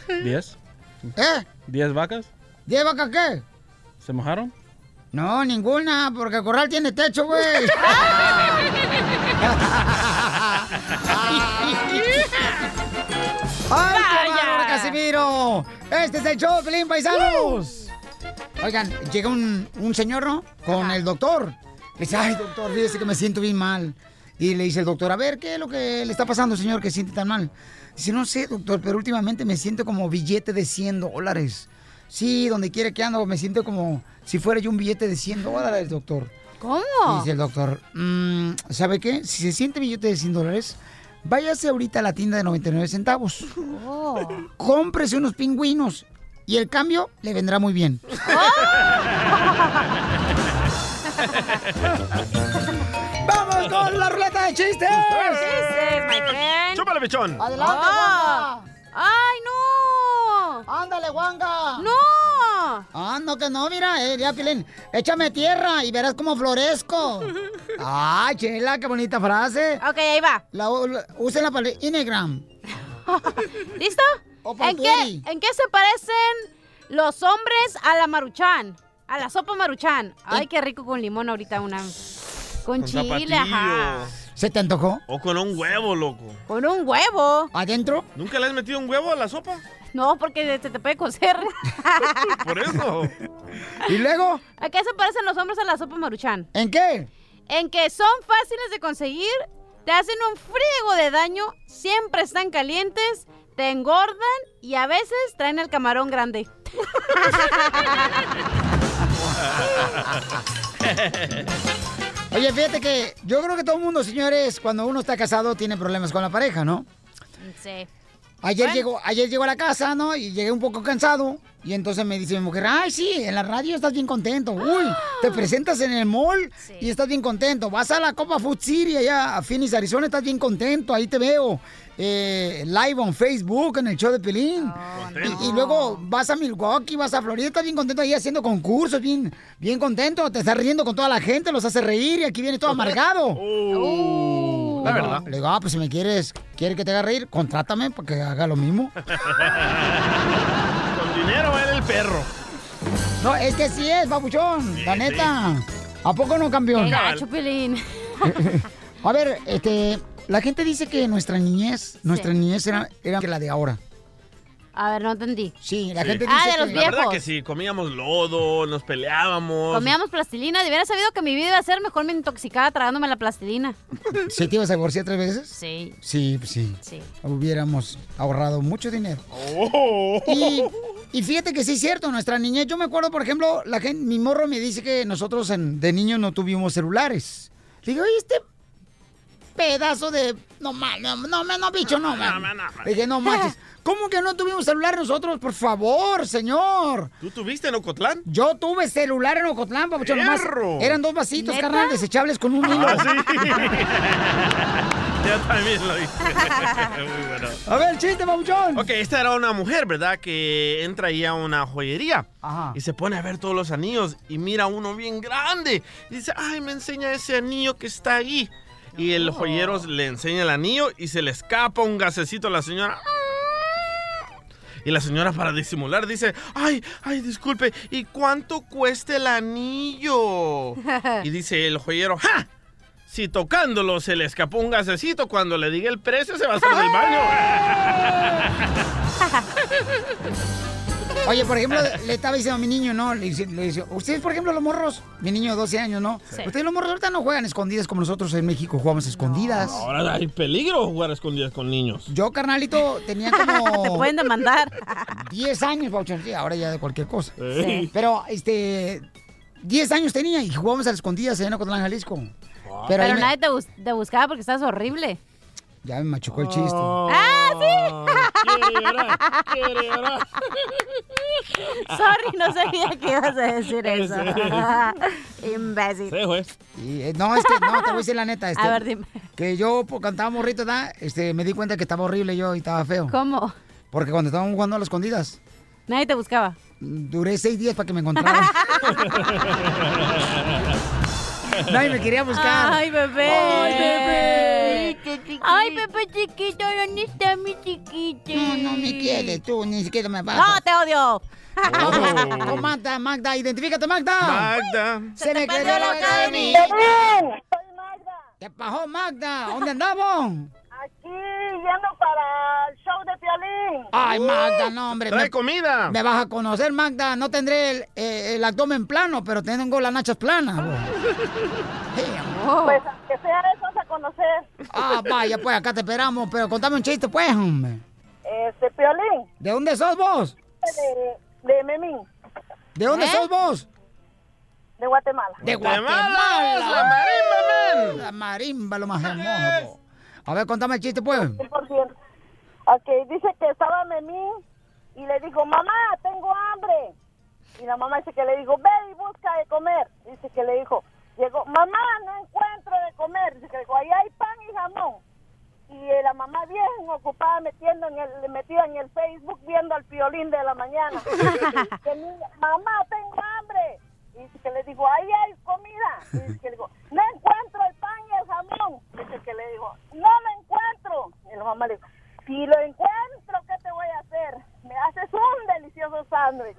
Speaker 14: ¿10?
Speaker 2: ¿Eh?
Speaker 14: ¿10 vacas?
Speaker 2: ¿10 vacas qué?
Speaker 14: ¿Se mojaron?
Speaker 2: No, ninguna, porque el corral tiene techo, güey. ¡Ay, qué bárbaro, Casimiro! Este es el show, Pelín Paisanos. Oigan, llega un, un señor, ¿no? Con el doctor. Le dice, ay, doctor, fíjese que me siento bien mal. Y le dice el doctor, a ver, ¿qué es lo que le está pasando, señor, que se siente tan mal? Dice, no sé, doctor, pero últimamente me siento como billete de 100 dólares. Sí, donde quiera que ando, me siento como si fuera yo un billete de 100 dólares, doctor.
Speaker 11: ¿Cómo?
Speaker 2: Dice el doctor, "Mm, ¿sabe qué? Si se siente billete de 100 dólares, váyase ahorita a la tienda de 99 centavos. Cómprese unos pingüinos y el cambio le vendrá muy bien. ¡Vamos con la ruleta de chistes!
Speaker 11: ¡Chistes, my friend!
Speaker 14: ¡Chúpale, bichón!
Speaker 2: Adelante,
Speaker 11: Ah. ¡Ay, no!
Speaker 2: ¡Ándale, Juanga!
Speaker 11: ¡No!
Speaker 2: Ah, no, que no, mira, eh, ya, Pilín, échame tierra y verás cómo florezco. ¡Ay, chela, qué bonita frase!
Speaker 11: Ok, ahí va.
Speaker 2: La, la- úsenla para el Instagram.
Speaker 11: ¿Listo? ¿En
Speaker 2: Opportunity.
Speaker 11: qué, ¿En qué se parecen los hombres a la maruchan? A la sopa maruchan. Ay, qué rico con limón ahorita una. Con,
Speaker 3: Con
Speaker 11: chile,
Speaker 3: zapatillo.
Speaker 11: ajá.
Speaker 2: ¿Se te antojó?
Speaker 3: O con un huevo, loco.
Speaker 11: Con un huevo.
Speaker 2: ¿Adentro?
Speaker 3: ¿Nunca le has metido un huevo a la sopa?
Speaker 11: No, porque se te puede cocer.
Speaker 3: Por
Speaker 11: Ah,
Speaker 3: eso.
Speaker 2: ¿Y luego?
Speaker 11: ¿A qué se parecen los hombres a la sopa maruchan?
Speaker 2: ¿En qué?
Speaker 11: En que son fáciles de conseguir, te hacen un friego de daño, siempre están calientes, te engordan y a veces traen el camarón grande.
Speaker 2: Oye, fíjate que yo creo que todo el mundo, señores, cuando uno está casado tiene problemas con la pareja, ¿no?
Speaker 11: Sí.
Speaker 2: Ayer
Speaker 11: Bueno.
Speaker 2: llegó, ayer llegó a la casa, ¿no? Y llegué un poco cansado. Y entonces me dice mi mujer, ay, sí, en la radio estás bien contento. Uy, te presentas en el mall y estás bien contento. Vas a la Copa Food City allá a Phoenix, Arizona, estás bien contento. Ahí te veo. Eh, live on Facebook, en el show de Pelín. y, y luego vas a Milwaukee, vas a Florida, estás bien contento ahí haciendo concursos, bien, bien contento. Te estás riendo con toda la gente, los hace reír y aquí viene todo amargado. Le digo, Le digo, ah, pues si me quieres, quiere que te haga reír, contrátame para que haga lo mismo.
Speaker 3: Con dinero era el perro.
Speaker 2: No, es que sí es, babuchón, la neta. ¿A poco no, campeón?
Speaker 11: Qué gacho, Pelín.
Speaker 2: A ver, este, la gente dice que nuestra niñez, nuestra niñez era, era que la de ahora.
Speaker 11: A ver, no entendí.
Speaker 2: Sí,
Speaker 11: la gente Ah, de los
Speaker 3: La verdad
Speaker 11: viejos.
Speaker 3: que sí, comíamos lodo, nos peleábamos.
Speaker 11: Comíamos plastilina. De haber sabido que mi vida iba a ser mejor me intoxicaba tragándome la plastilina.
Speaker 2: ¿Sí te ibas a divorciar tres veces?
Speaker 11: Sí.
Speaker 2: Sí, pues sí.
Speaker 11: Sí.
Speaker 2: Hubiéramos ahorrado mucho dinero.
Speaker 3: Oh.
Speaker 2: Y, y fíjate que sí es cierto, nuestra niñez, yo me acuerdo, por ejemplo, la gente, mi morro me dice que nosotros en- de niños no tuvimos celulares. Le digo, "Oye, este pedazo de... No, man, no, no, no, no, bicho, no, man". Le dije, no manches. ¿Cómo que no tuvimos celular nosotros? Por favor, señor.
Speaker 3: ¿Tú tuviste en Ocotlán?
Speaker 2: Yo tuve celular en Ocotlán, papuchón. nomás
Speaker 3: ¡Perro!
Speaker 2: Eran dos vasitos,
Speaker 3: ¿Neta?
Speaker 2: carnal, desechables con un hilo.
Speaker 3: Ah, sí. Yo también lo hice. Muy bueno.
Speaker 2: A ver, chiste, papuchón.
Speaker 3: Ok, esta era una mujer, ¿verdad? Que entra ahí a una joyería y se pone a ver todos los anillos y mira uno bien grande. Y dice, ay, me enseña ese anillo que está ahí. Y
Speaker 2: Oh.
Speaker 3: el joyero le enseña el anillo y se le escapa un gasecito a la señora. Y la señora para disimular dice, ay, ay, disculpe, ¿y cuánto cuesta el anillo? Y dice el joyero, ¡ja! Si tocándolo se le escapó un gasecito, cuando le diga el precio se va a salir del baño.
Speaker 2: Oye, por ejemplo, le estaba diciendo a mi niño, ¿no? Le dice, le dice, ustedes, por ejemplo, los morros, mi niño de 12 años, ¿no?
Speaker 3: Sí.
Speaker 2: Ustedes los morros ahorita no juegan escondidas como nosotros en México jugamos escondidas.
Speaker 3: Ahora hay peligro jugar a escondidas con niños.
Speaker 2: Yo, carnalito, tenía como...
Speaker 3: Te pueden
Speaker 11: demandar.
Speaker 2: 10 años, Pauchón. Sí, ahora ya de cualquier cosa.
Speaker 3: Sí.
Speaker 2: Pero, este... 10 años tenía y jugábamos a las escondidas allá en Ocotlán, Jalisco.
Speaker 11: Pero,
Speaker 3: Ah.
Speaker 2: Pero, ahí me-
Speaker 11: nadie te, bus- te buscaba porque estás horrible.
Speaker 2: ya me machucó el chiste.
Speaker 11: ¡Ah, sí! Sorry, no sabía que ibas a decir eso. Imbécil.
Speaker 2: Y, eh, no, es que, no, te voy a decir la neta. Este,
Speaker 11: A ver, dime.
Speaker 2: Que yo po- cantaba morrito, ¿verdad? Este, me di cuenta que estaba horrible yo y estaba feo.
Speaker 11: ¿Cómo?
Speaker 2: Porque cuando estábamos jugando a las escondidas.
Speaker 11: Nadie te buscaba.
Speaker 2: Duré seis días para que me encontraran. Nadie me quería buscar.
Speaker 11: Ay, bebé.
Speaker 2: Ay, bebé.
Speaker 11: Ay, bebé chiquito, ¿dónde está mi chiquito?
Speaker 2: No, no me quieres tú, ni siquiera me vas.
Speaker 11: ¡No, te odio!
Speaker 2: Oh, Magda, Magda, identifícate, Magda.
Speaker 3: Magda.
Speaker 2: Se me
Speaker 11: perdió
Speaker 2: quedó
Speaker 11: la
Speaker 2: la cadenita. ¿Qué pasó, Magda? ¿Dónde andamos?
Speaker 10: Aquí, yendo para el show de Piolín.
Speaker 2: Ay, Magda, no, hombre.
Speaker 10: Trae
Speaker 3: Uh, comida.
Speaker 2: Me vas a conocer, Magda. No tendré el, eh, el abdomen plano, pero tengo las nachas planas. vos.
Speaker 10: Pues, que sea eso, vas a conocer.
Speaker 2: Ah, vaya, pues acá te esperamos. Pero contame un chiste, pues, hombre.
Speaker 10: Este, Piolín,
Speaker 2: ¿De dónde sos vos?
Speaker 10: de, de Memín,
Speaker 2: ¿De dónde sos vos?
Speaker 10: de Guatemala.
Speaker 2: De
Speaker 10: Guatemala,
Speaker 2: Guatemala.
Speaker 10: la marimba,
Speaker 2: La marimba, lo más hermoso. vos. A ver, contame el chiste, pues.
Speaker 10: 100%. Ok, dice que estaba Memín y le dijo, mamá, tengo hambre. Y la mamá dice que le dijo, ve y busca de comer. Dice que le dijo, llegó, mamá, no encuentro de comer. Dice que le dijo, ahí hay pan y jamón. Y eh, la mamá bien ocupada metiendo en el, metida en el Facebook viendo al piolín de la mañana. Que mi- mamá, tengo hambre. Y dice que le dijo, ahí hay comida. Y dice que le dijo, no encuentro el pan y el jamón. Dice que le dijo, no lo encuentro. Y la mamá le dijo, si lo encuentro, ¿qué te voy a hacer? Me haces un delicioso sándwich.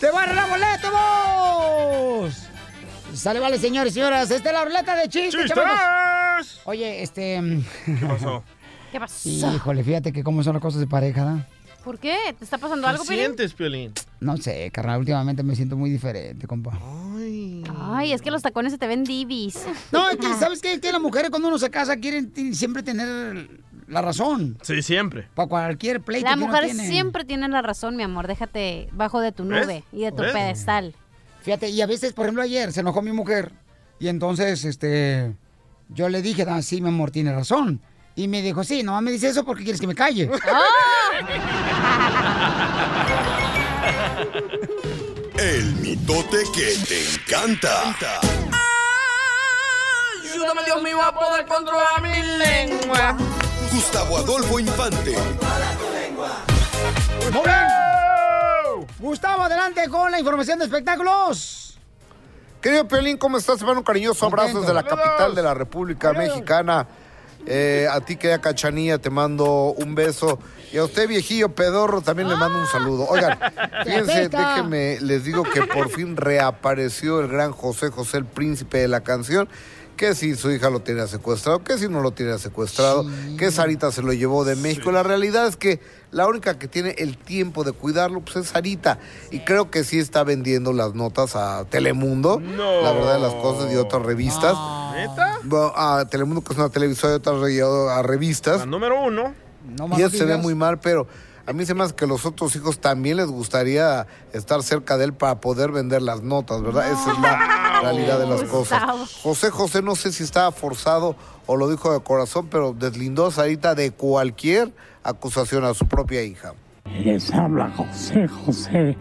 Speaker 2: ¡Te va a arreglar boleto, vos! Sale, vale, señores y señoras. Esta es la ruleta de chistes,
Speaker 3: ¡Chistes!
Speaker 2: chamacos. Oye, este...
Speaker 3: ¿Qué pasó?
Speaker 11: ¿Qué pasó?
Speaker 2: Híjole, fíjate que cómo son las cosas de pareja, ¿da?
Speaker 11: ¿Por qué? ¿Te está pasando
Speaker 3: ¿Qué
Speaker 11: algo, Pelín?
Speaker 3: sientes, Piolín?
Speaker 2: No sé, carnal, últimamente me siento muy diferente, compa.
Speaker 11: Ay, es que los tacones se te ven divis.
Speaker 2: No, es que, ¿sabes qué? Es que las mujeres cuando uno se casa quieren ti- siempre tener la razón.
Speaker 3: Sí, siempre.
Speaker 2: Para cualquier pleito
Speaker 11: Las
Speaker 2: que uno
Speaker 11: mujeres
Speaker 2: tiene.
Speaker 11: siempre tienen la razón, mi amor. Déjate bajo de tu
Speaker 2: ¿Ves?
Speaker 11: nube y de tu
Speaker 2: ¿Ves?
Speaker 11: pedestal.
Speaker 2: Fíjate, y a veces, por ejemplo, ayer se enojó mi mujer. Y entonces, este, yo le dije, ah, sí, mi amor, tiene razón. Y me dijo, sí, nomás me dice eso porque quieres que me calle. Ah,
Speaker 5: El mitote que te encanta.
Speaker 9: Ayúdame Dios mío a poder controlar mi lengua.
Speaker 5: Gustavo Adolfo Infante.
Speaker 2: Muy bien. Gustavo, adelante con la información de espectáculos.
Speaker 15: Querido Piolín, ¿cómo estás, hermano? Cariñoso abrazo desde la capital de la República Mexicana. Eh, a ti, querida Cachanilla, te mando un beso. Y a usted, viejillo pedorro, también le mando un saludo. Oigan, fíjense,
Speaker 19: apesta.
Speaker 15: déjenme, les digo que por fin reapareció el gran José José, el príncipe de la canción. Que si su hija lo tenía secuestrado, que si no lo tenía secuestrado, que Sarita se lo llevó de México. La realidad es que la única que tiene el tiempo de cuidarlo pues es Sarita. Y creo que sí está vendiendo las notas a Telemundo. La verdad de las cosas y otras revistas.
Speaker 3: ¿Neta?
Speaker 15: Bueno, a Telemundo, que es una televisora de otras re- a revistas.
Speaker 3: La número uno.
Speaker 15: y eso se ve muy mal, pero a mí se me hace que los otros hijos también les gustaría estar cerca de él para poder vender las notas, ¿verdad? Esa es la realidad de las cosas.
Speaker 19: Gustavo.
Speaker 15: José José, no sé si estaba forzado o lo dijo de corazón, pero deslindó a Sarita de cualquier acusación a su propia hija.
Speaker 20: Les habla José José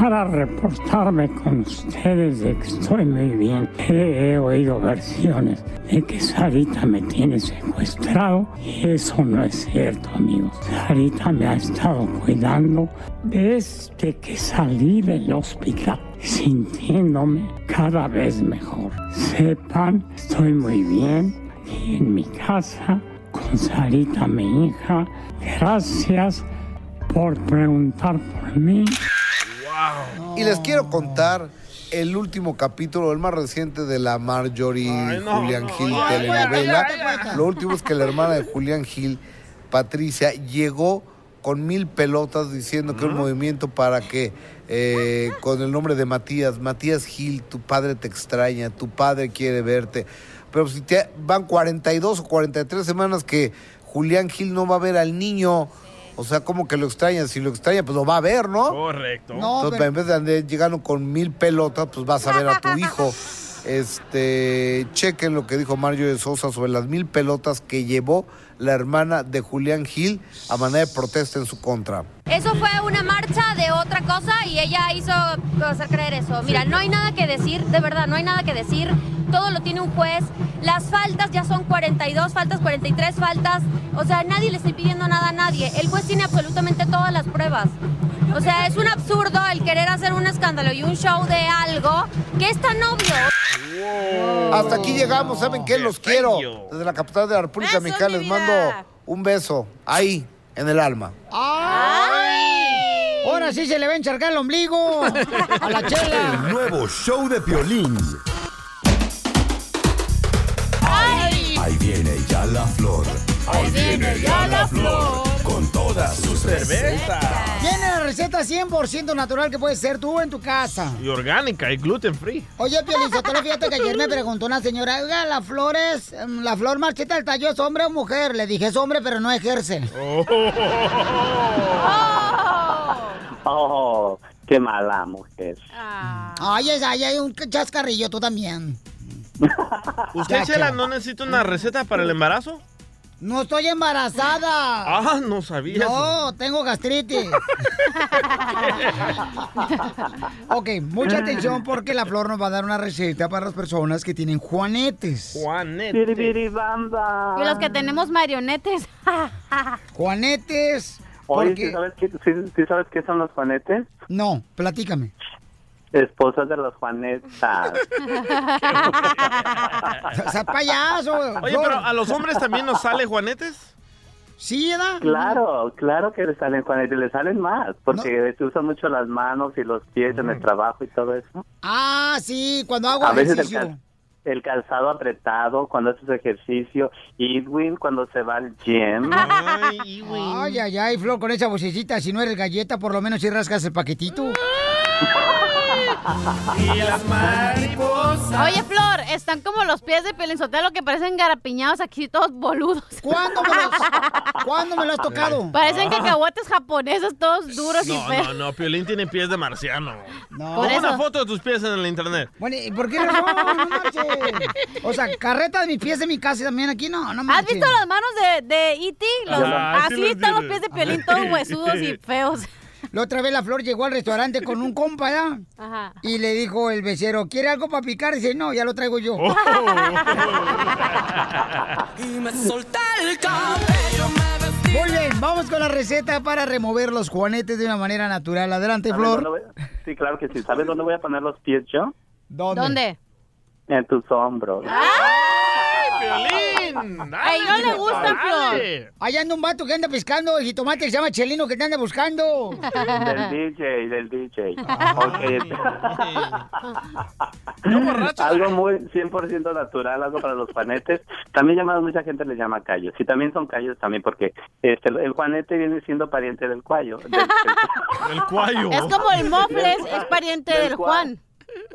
Speaker 20: para reportarme con ustedes de que estoy muy bien. He, he oído versiones de que Sarita me tiene secuestrado y eso no es cierto, amigos. Sarita me ha estado cuidando desde que salí del hospital, sintiéndome cada vez mejor. Sepan, estoy muy bien y en mi casa con Sarita, mi hija. Gracias por preguntar por mí.
Speaker 15: Y les quiero contar el último capítulo, el más reciente de la Marjorie Julián Gil telenovela. Lo último es que la hermana de Julián Gil, Patricia, llegó con mil pelotas diciendo que un movimiento para que eh, con el nombre de Matías, Matías Gil, tu padre te extraña, tu padre quiere verte. Pero si te van 42 o 43 semanas que Julián Gil no va a ver al niño, o sea, como que lo extraña, si lo extraña, pues lo va a ver, ¿no?
Speaker 3: Correcto.
Speaker 15: Entonces, en vez de andar llegando con mil pelotas, pues vas a ver a tu hijo. Este, chequen lo que dijo Mario de Sosa sobre las mil pelotas que llevó la hermana de Julián Gil a manera de protesta en su contra.
Speaker 21: Eso fue una marcha de otra cosa y ella hizo pues, hacer creer eso. Mira, no hay nada que decir, de verdad, no hay nada que decir. Todo lo tiene un juez. Las faltas ya son 42 faltas, 43 faltas. O sea, nadie le está pidiendo nada a nadie. El juez tiene absolutamente todas las pruebas. O sea, es un absurdo el querer hacer un escándalo y un show de algo que es tan obvio.
Speaker 15: Hasta aquí llegamos, ¿saben qué? Los quiero. Desde la capital de la República Mexicana les mando un beso ahí, en el alma.
Speaker 2: ¡Ay! Ahora sí se le va a encharcar el ombligo a la chela.
Speaker 5: El nuevo show de Piolín. Ahí viene ya la flor. Ahí viene ya la flor. Con todas sus recetas.
Speaker 2: Tiene la receta 100% natural que puedes ser tú en tu casa.
Speaker 3: Y orgánica y gluten free.
Speaker 2: Oye, Pielizotelo, fíjate que ayer me preguntó una señora, oiga, la flor es, mm, la flor marchita del tallo es hombre o mujer. Le dije, es hombre, pero no ejerce.
Speaker 9: Oh.
Speaker 22: Oh, qué mala mujer.
Speaker 2: Ay, es- ay, hay un chascarrillo, tú también. Ah,
Speaker 3: ¿Usted, Chela, no necesita una receta para el embarazo?
Speaker 2: No estoy embarazada.
Speaker 3: Ah, no sabía. eso.
Speaker 2: No, tengo gastritis. ok, mucha atención porque la flor nos va a dar una receta para las personas que tienen juanetes.
Speaker 3: Juanetes.
Speaker 11: Y los que tenemos marionetes.
Speaker 2: Juanetes.
Speaker 22: Oye,
Speaker 2: porque-
Speaker 22: ¿sí sabes, qué, sí- sí sabes qué son los juanetes?
Speaker 2: No, platícame.
Speaker 22: Esposas de los juanetas.
Speaker 2: ¡Sea payaso!
Speaker 3: Oye, pero a los hombres también nos sale juanetes.
Speaker 2: Sí, ¿verdad?
Speaker 22: Claro, claro que le salen juanetes, le salen más, porque se usan mucho las manos y los pies en el trabajo y todo eso.
Speaker 2: Ah, sí, cuando hago
Speaker 22: A veces el,
Speaker 2: ejercicio.
Speaker 22: cal- el calzado apretado cuando haces ejercicio, Edwin cuando se va al gym.
Speaker 2: Ah, Ay, ay, ay, Flor, con esa vocecita, si no eres galleta, por lo menos si rascas el paquetito.
Speaker 9: Y las mariposas.
Speaker 11: Oye, Flor, están como los pies de Pelinzotelo que parecen garapiñados aquí, todos boludos.
Speaker 2: ¿Cuándo me los, has tocado? Ah.
Speaker 11: Parecen cacahuates japoneses, todos duros y
Speaker 3: No,
Speaker 11: feos.
Speaker 3: no, no, Piolín tiene pies de marciano.
Speaker 2: No.
Speaker 3: Pon
Speaker 11: Por
Speaker 3: una
Speaker 11: eso.
Speaker 3: foto de tus pies en el internet.
Speaker 2: Bueno, ¿y por qué no? No, no marches. O sea, carreta de mis pies de mi casa también aquí, no, no
Speaker 11: ¿Has
Speaker 2: marches.
Speaker 11: visto las manos de, de E.T.? Los-
Speaker 2: Ah, sí
Speaker 11: así
Speaker 2: los
Speaker 11: están los
Speaker 2: tiene.
Speaker 11: pies de Piolín, todos huesudos y feos.
Speaker 2: La otra vez la Flor llegó al restaurante con un compa, ¿ya?
Speaker 11: Ajá.
Speaker 2: Y le dijo el becero, ¿quiere algo para picar? dice, no, ya lo traigo yo.
Speaker 11: Oh.
Speaker 9: Y me solté el
Speaker 2: Muy bien, vamos con la receta para remover los juanetes de una manera natural. Adelante,
Speaker 22: ¿Sabes
Speaker 2: Flor.
Speaker 22: dónde voy a- Sí, claro que sí. ¿Sabes dónde voy a poner los pies yo?
Speaker 2: ¿Dónde?
Speaker 11: ¿Dónde?
Speaker 22: En tus hombros.
Speaker 2: ¡Ay,
Speaker 11: no le gusta, Flor.
Speaker 2: Allá anda un vato que anda pescando el jitomate que se llama Chelino que te anda buscando.
Speaker 22: Del DJ, del DJ.
Speaker 2: Ah,
Speaker 22: Ok. algo muy 100% natural, algo para los juanetes. También llamados, mucha gente le llama callos. Y también son callos también porque este, el juanete viene siendo pariente del cuello. Del,
Speaker 3: del cuello.
Speaker 11: Es como el mofles, es pariente del Juan.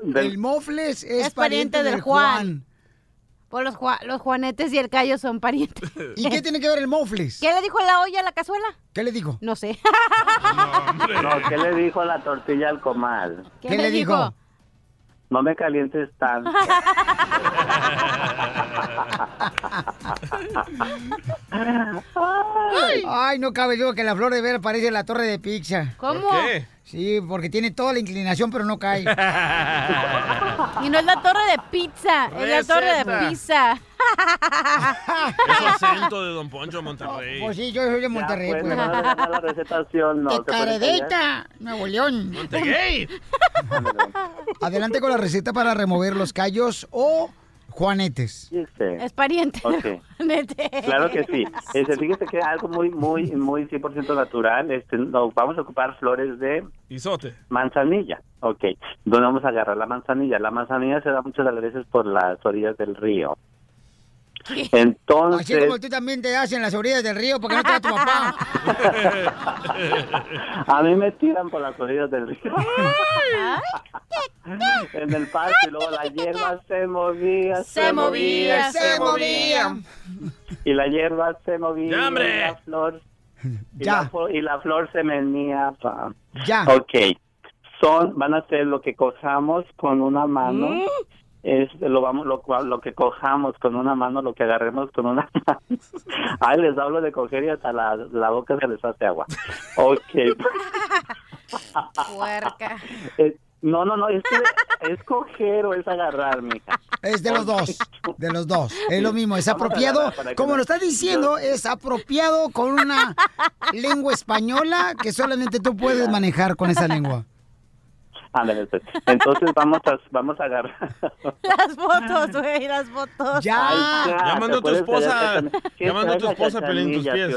Speaker 22: Del-
Speaker 2: El mofles es,
Speaker 11: Es pariente del Juan. Por los, Ju- los Juanetes y el Cayo son parientes.
Speaker 2: ¿Y qué tiene que ver el mofles?
Speaker 11: ¿Qué le dijo la olla a la cazuela?
Speaker 2: ¿Qué le dijo?
Speaker 11: No sé.
Speaker 22: No, ¿qué le dijo la tortilla al comal?
Speaker 11: ¿Qué ¿Qué le le dijo? dijo?
Speaker 22: No me calientes tanto.
Speaker 2: Ay. no cabe yo que la flor de ver parece la torre de pizza.
Speaker 11: ¿Cómo? ¿Por qué?
Speaker 2: Sí, porque tiene toda la inclinación, pero no cae.
Speaker 11: Y no es la torre de pizza, es la torre de
Speaker 3: Receta.
Speaker 11: pizza.
Speaker 3: Es acento de Don Poncho Monterrey.
Speaker 2: Pues sí, yo soy de Monterrey.
Speaker 3: pues,
Speaker 2: Pues.
Speaker 3: no, no, no,
Speaker 22: La recetación no.
Speaker 2: ¡Qué
Speaker 11: pues.
Speaker 2: caredita! Nuevo León.
Speaker 3: Monterrey.
Speaker 2: Adelante con la receta para remover los callos o juanetes.
Speaker 11: Es pariente del
Speaker 22: Ok.
Speaker 11: Juanete.
Speaker 22: Claro que sí. Este, fíjese que algo muy, muy, muy 100% natural. Este, nos vamos a ocupar flores de
Speaker 14: Isote.
Speaker 22: manzanilla. Ok. ¿Dónde vamos a agarrar la manzanilla? La manzanilla se da muchas de las veces por las orillas del río.
Speaker 2: Así como
Speaker 22: Entonces,
Speaker 2: tú también te das en las orillas del río porque no te da tu papá.
Speaker 22: a mí me tiran por las orillas del río.
Speaker 2: Ah,
Speaker 22: en el parque y luego la hierba se movía,
Speaker 9: Se movía, se movía.
Speaker 22: Y la hierba se movía.
Speaker 9: ¡Ya, hombre!
Speaker 22: y la flor. Y, La, fo- y la flor se menía. pa.
Speaker 2: Ya.
Speaker 22: Ok. Son, van a ser lo que cojamos con una
Speaker 2: Ah,
Speaker 22: mano.
Speaker 9: Mm.
Speaker 22: Es lo vamos lo, cual- lo que cojamos con una mano, lo que agarremos con una mano. Ay, les hablo de coger y hasta la, la boca se les hace agua. Ok.
Speaker 11: Puerca.
Speaker 22: Eh, no, no, no, es, que es coger o es agarrar, mija.
Speaker 2: Es de los dos, de los dos. Es lo mismo, es
Speaker 22: Vamos a
Speaker 2: apropiado.
Speaker 22: agarrar para que
Speaker 2: Como
Speaker 22: no-
Speaker 2: lo estás diciendo, es apropiado con una lengua española que solamente tú puedes manejar con esa lengua.
Speaker 22: Ándale, pues. Entonces vamos a, vamos a agarrar.
Speaker 11: Las fotos, güey, las fotos.
Speaker 22: Llamando
Speaker 3: a tu esposa- llamando a tu esposa, Pelín, tus pies.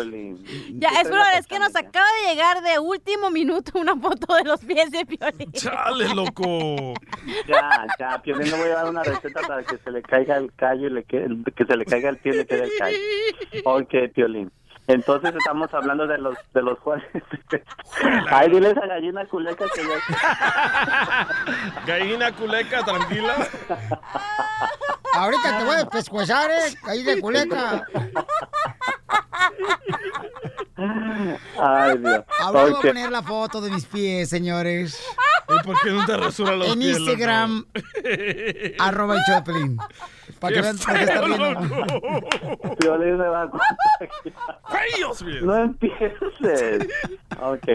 Speaker 11: Ya, es Flor, es que nos acaba de llegar de último minuto una foto de los pies de Piolín.
Speaker 22: Dale, loco. Ya, ya, Piolín, le voy a dar una receta para que se le caiga el callo y le que, que se le caiga el pie y le quede el callo. Ok, Piolín. Entonces estamos hablando de los de los jueces. Ay, dile esa gallina culeca que ya...
Speaker 3: Gallina culeca, tranquila.
Speaker 2: Ahorita te voy a pescuezar, ¿eh? Ahí de culeca.
Speaker 22: Ay, Dios.
Speaker 2: Ahora voy
Speaker 22: Ok.
Speaker 2: a poner la foto de mis pies, señores.
Speaker 3: ¿Y por qué no te rasura los
Speaker 2: En
Speaker 3: pies,
Speaker 2: Instagram,
Speaker 3: loco?
Speaker 2: Arroba el show de Pelín. Para que
Speaker 3: Qué
Speaker 2: vean por qué está
Speaker 3: feo,
Speaker 2: riendo.
Speaker 22: loco. Piolín se va a
Speaker 3: Dios mío.
Speaker 22: No empieces. Ok.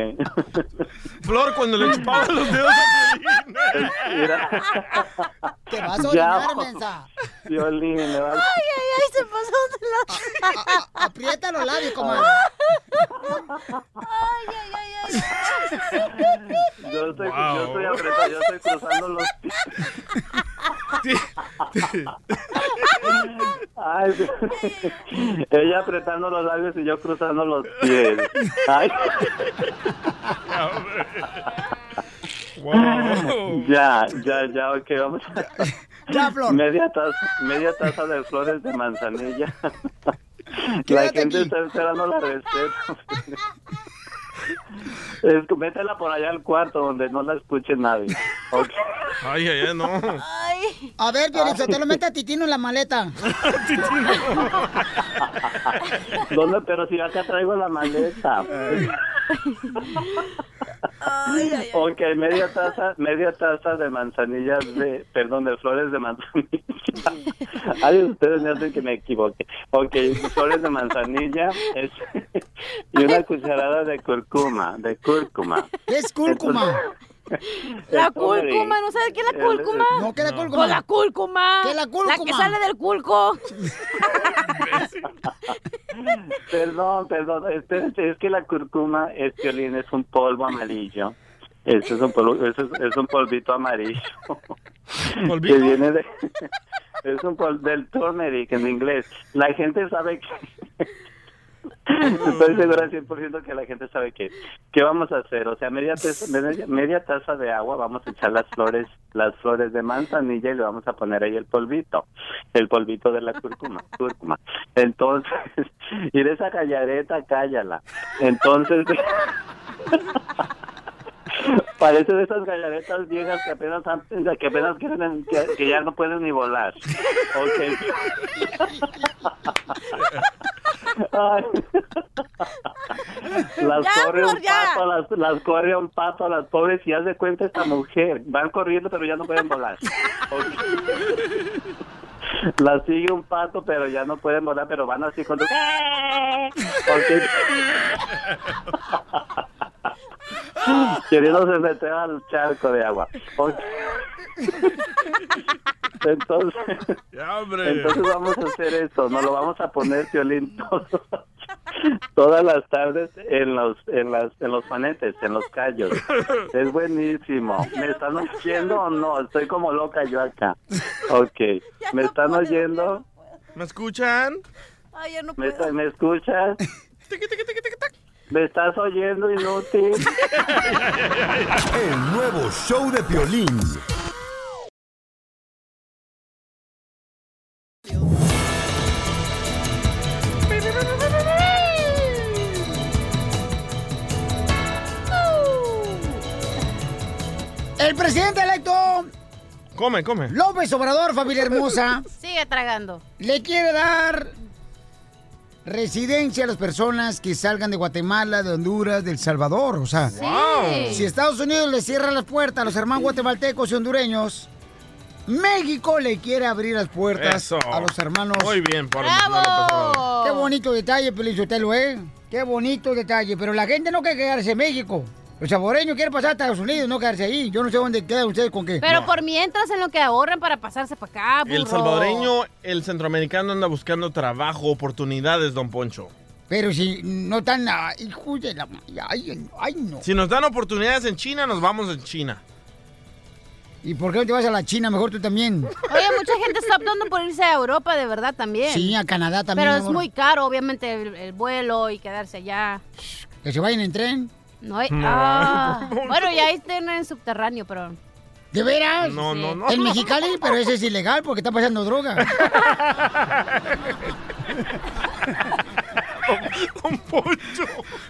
Speaker 3: Flor, cuando le chupaba los dedos a Piolín.
Speaker 2: Te vas
Speaker 22: a Ya, orinar, pues. mensa. Piolín, le va a-
Speaker 11: ay, ay, se pasó de
Speaker 2: la... aprieta los labios, comadre.
Speaker 22: Yo estoy,
Speaker 9: Wow.
Speaker 22: yo estoy apretado, yo estoy cruzando los pies. Ay, Dios. ella apretando los labios y yo cruzando los pies. Ay. Ya, ya, ya, ok, vamos.
Speaker 2: Ya, Flor.
Speaker 22: Media taza, media taza de flores de manzanilla. la
Speaker 9: Quédate
Speaker 22: gente
Speaker 9: aquí.
Speaker 22: está esperando la receta. Es que métela por allá al cuarto donde no la escuche nadie. Ok.
Speaker 3: Ay, ay, ay, no.
Speaker 2: A ver, Violeta, te lo mete a Titino en la maleta.
Speaker 22: ¿Dónde? Pero si acá traigo la maleta. ok, media taza, media taza de manzanillas de, perdón, de flores de manzanilla. Ay, ustedes me hacen que me equivoque. Ok, flores de manzanilla es- y una cucharada de cúrcuma, de cúrcuma.
Speaker 2: ¿Qué es cúrcuma?
Speaker 11: La
Speaker 22: Entonces,
Speaker 11: cúrcuma, ¿no sabes qué es la cúrcuma?
Speaker 22: No,
Speaker 2: ¿qué es la No. cúrcuma?
Speaker 11: Pues la cúrcuma.
Speaker 2: ¿Qué es la
Speaker 11: La que
Speaker 2: cúrcuma?
Speaker 11: sale del culco.
Speaker 22: Perdón, perdón, espérense, es que la cúrcuma es Este violín, es un polvo amarillo. Este es un polvo, ese es, es un polvito amarillo. Que viene de... Es un pol- del turmeric en inglés. La gente sabe que... Estoy segura al 100% que la gente sabe que... ¿Qué vamos a hacer? O sea, media taza, media, media taza de agua, vamos a echar las flores las flores de manzanilla y le vamos a poner ahí el polvito. El polvito de la cúrcuma. cúrcuma. Entonces, y de esa callareta, cállala. Entonces... Parece de esas gallaretas viejas que apenas han- que apenas quieren que, que ya no pueden ni volar. Ok. Ay. Las
Speaker 9: Ya,
Speaker 22: corre un
Speaker 9: Flor, ya.
Speaker 22: pato, las, las corre un pato, las pobres y haz de cuenta esta mujer. Van corriendo pero ya no pueden volar. Ok. Las sigue un pato pero ya no pueden volar pero van así con queriéndose meter al charco de agua. Ok. Entonces, entonces vamos a hacer esto, nos lo vamos a poner violín todas las tardes en los en las en los panetes, en los callos. Es buenísimo. ¿Me están oyendo o no? Estoy como loca yo acá. Ok. ¿Me están oyendo?
Speaker 3: ¿Me escuchan?
Speaker 11: Ay, ya no
Speaker 22: ¿Me,
Speaker 11: puedo.
Speaker 22: ¿Me escuchas? ¿Me estás oyendo, inútil?
Speaker 5: El nuevo show de Piolín.
Speaker 2: El presidente electo
Speaker 3: Come, come.
Speaker 2: López Obrador, familia hermosa,
Speaker 11: Sigue tragando.
Speaker 2: le quiere dar residencia a las personas que salgan de Guatemala, de Honduras, de El Salvador. O sea,
Speaker 9: Wow.
Speaker 2: si Estados Unidos le cierra las puertas a los hermanos guatemaltecos y hondureños, México le quiere abrir las puertas
Speaker 3: Eso.
Speaker 2: a los hermanos.
Speaker 3: Muy bien, por ¡Bravo!
Speaker 2: Qué bonito detalle, Pelizotelo, ¿eh? Qué bonito detalle. Pero la gente no quiere quedarse en México. Los saboreños quieren pasar a Estados Unidos, no quedarse ahí. Yo no sé dónde quedan ustedes con qué.
Speaker 11: Pero por mientras en lo que ahorran para pasarse para acá, burro.
Speaker 3: El salvadoreño, el centroamericano anda buscando trabajo, oportunidades, don Poncho.
Speaker 2: Pero si no están... ah, hijos de la... ma- Ay, ay, no.
Speaker 3: Si nos dan oportunidades en China, nos vamos en China.
Speaker 2: ¿Y por qué no te vas a la China? Mejor tú también.
Speaker 11: Oye, mucha gente está optando por irse a Europa, de verdad, también.
Speaker 2: Sí, a Canadá también.
Speaker 11: Pero
Speaker 2: mi
Speaker 11: es
Speaker 2: amor.
Speaker 11: muy caro, obviamente, el, el vuelo y quedarse allá.
Speaker 2: Que se vayan en tren.
Speaker 11: No hay...
Speaker 2: No.
Speaker 11: ah. Bueno, ya ahí tienen subterráneo, pero...
Speaker 2: ¿De veras?
Speaker 11: No, Sí. no, no.
Speaker 2: En Mexicali, pero ese es ilegal porque está pasando droga.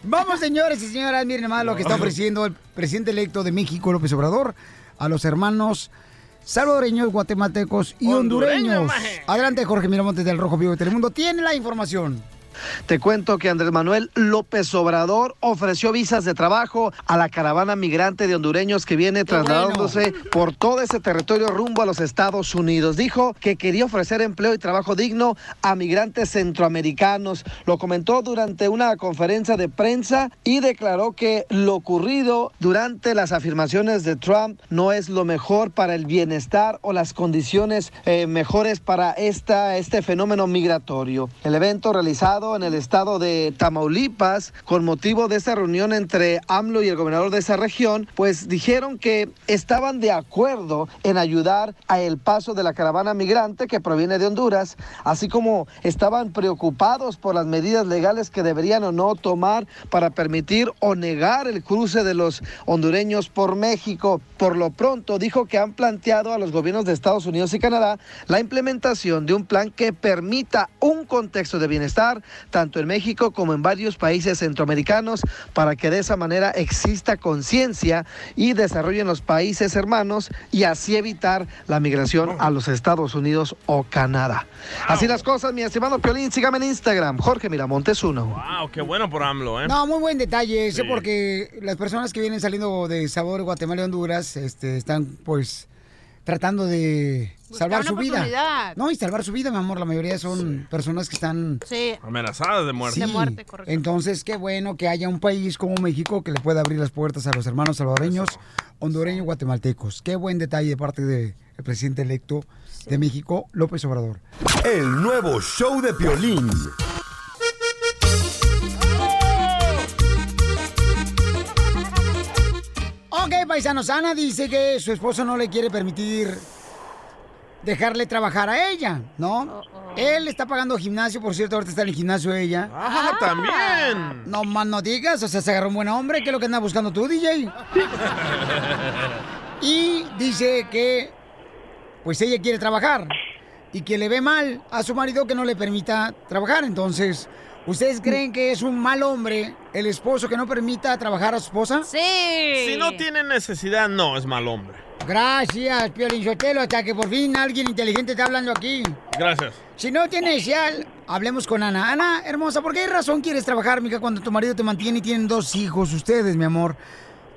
Speaker 2: Vamos, señores y señoras, miren más lo que está ofreciendo el presidente electo de México, López Obrador, a los hermanos salvadoreños, guatemaltecos y
Speaker 15: Hondureños,
Speaker 2: hondureños. Adelante, Jorge Miramontes del Rojo Vivo de Telemundo. Tiene la información.
Speaker 4: Te cuento que Andrés Manuel López Obrador ofreció visas de trabajo a la caravana migrante de hondureños que viene trasladándose por todo ese territorio rumbo a los Estados Unidos. Dijo que quería ofrecer empleo y trabajo digno a migrantes centroamericanos. Lo comentó durante una conferencia de prensa y declaró que lo ocurrido durante las afirmaciones de Trump no es lo mejor para el bienestar o las condiciones eh, mejores para esta, este fenómeno migratorio. El evento realizado en el estado de Tamaulipas con motivo de esa reunión entre AMLO y el gobernador de esa región, pues dijeron que estaban de acuerdo en ayudar a el paso de la caravana migrante que proviene de Honduras, así como estaban preocupados por las medidas legales que deberían o no tomar para permitir o negar el cruce de los hondureños por México. Por lo pronto, dijo que han planteado a los gobiernos de Estados Unidos y Canadá la implementación de un plan que permita un contexto de bienestar tanto en México como en varios países centroamericanos para que de esa manera exista conciencia y desarrollo en los países hermanos y así evitar la migración a los Estados Unidos o Canadá. Así las cosas, mi estimado Piolín, sígame en Instagram, Jorge Miramontes uno.
Speaker 3: Wow, Ah, qué bueno por AMLO, ¿eh?
Speaker 2: No, muy buen detalle ese
Speaker 3: Sí.
Speaker 2: porque las personas que vienen saliendo de Sabor, Guatemala y Honduras este, están pues tratando de salvar
Speaker 11: una
Speaker 2: su vida.
Speaker 11: oportunidad.
Speaker 2: No, y salvar su vida, mi amor. La mayoría son personas que están...
Speaker 11: Sí.
Speaker 3: Amenazadas de muerte.
Speaker 2: Sí. Entonces, qué bueno que haya un país como México que le pueda abrir las puertas a los hermanos salvadoreños, hondureños y guatemaltecos. Qué buen detalle de parte del presidente electo de México, López Obrador.
Speaker 5: El nuevo show de Piolín.
Speaker 2: Ok, paisanos, Ana dice que su esposo no le quiere permitir dejarle trabajar a ella, ¿no? Él está pagando gimnasio, por cierto, ahorita está en el gimnasio ella.
Speaker 3: ¡Ah, también!
Speaker 2: No más no digas, o sea, se agarró un buen hombre, ¿qué es lo que andas buscando tú, DJ? Y dice que, pues ella quiere trabajar y que le ve mal a su marido que no le permita trabajar. Entonces, ¿ustedes creen que es un mal hombre el esposo que no permita trabajar a su esposa?
Speaker 11: Sí.
Speaker 3: Si no tiene necesidad, no, es mal hombre.
Speaker 2: Gracias, Piolín Sotelo, hasta que por fin alguien inteligente está hablando aquí.
Speaker 3: Gracias.
Speaker 2: Si no tiene necesidad, hablemos con Ana. Ana, hermosa, ¿por qué razón quieres trabajar, mija, cuando tu marido te mantiene y tienen dos hijos ustedes, mi amor?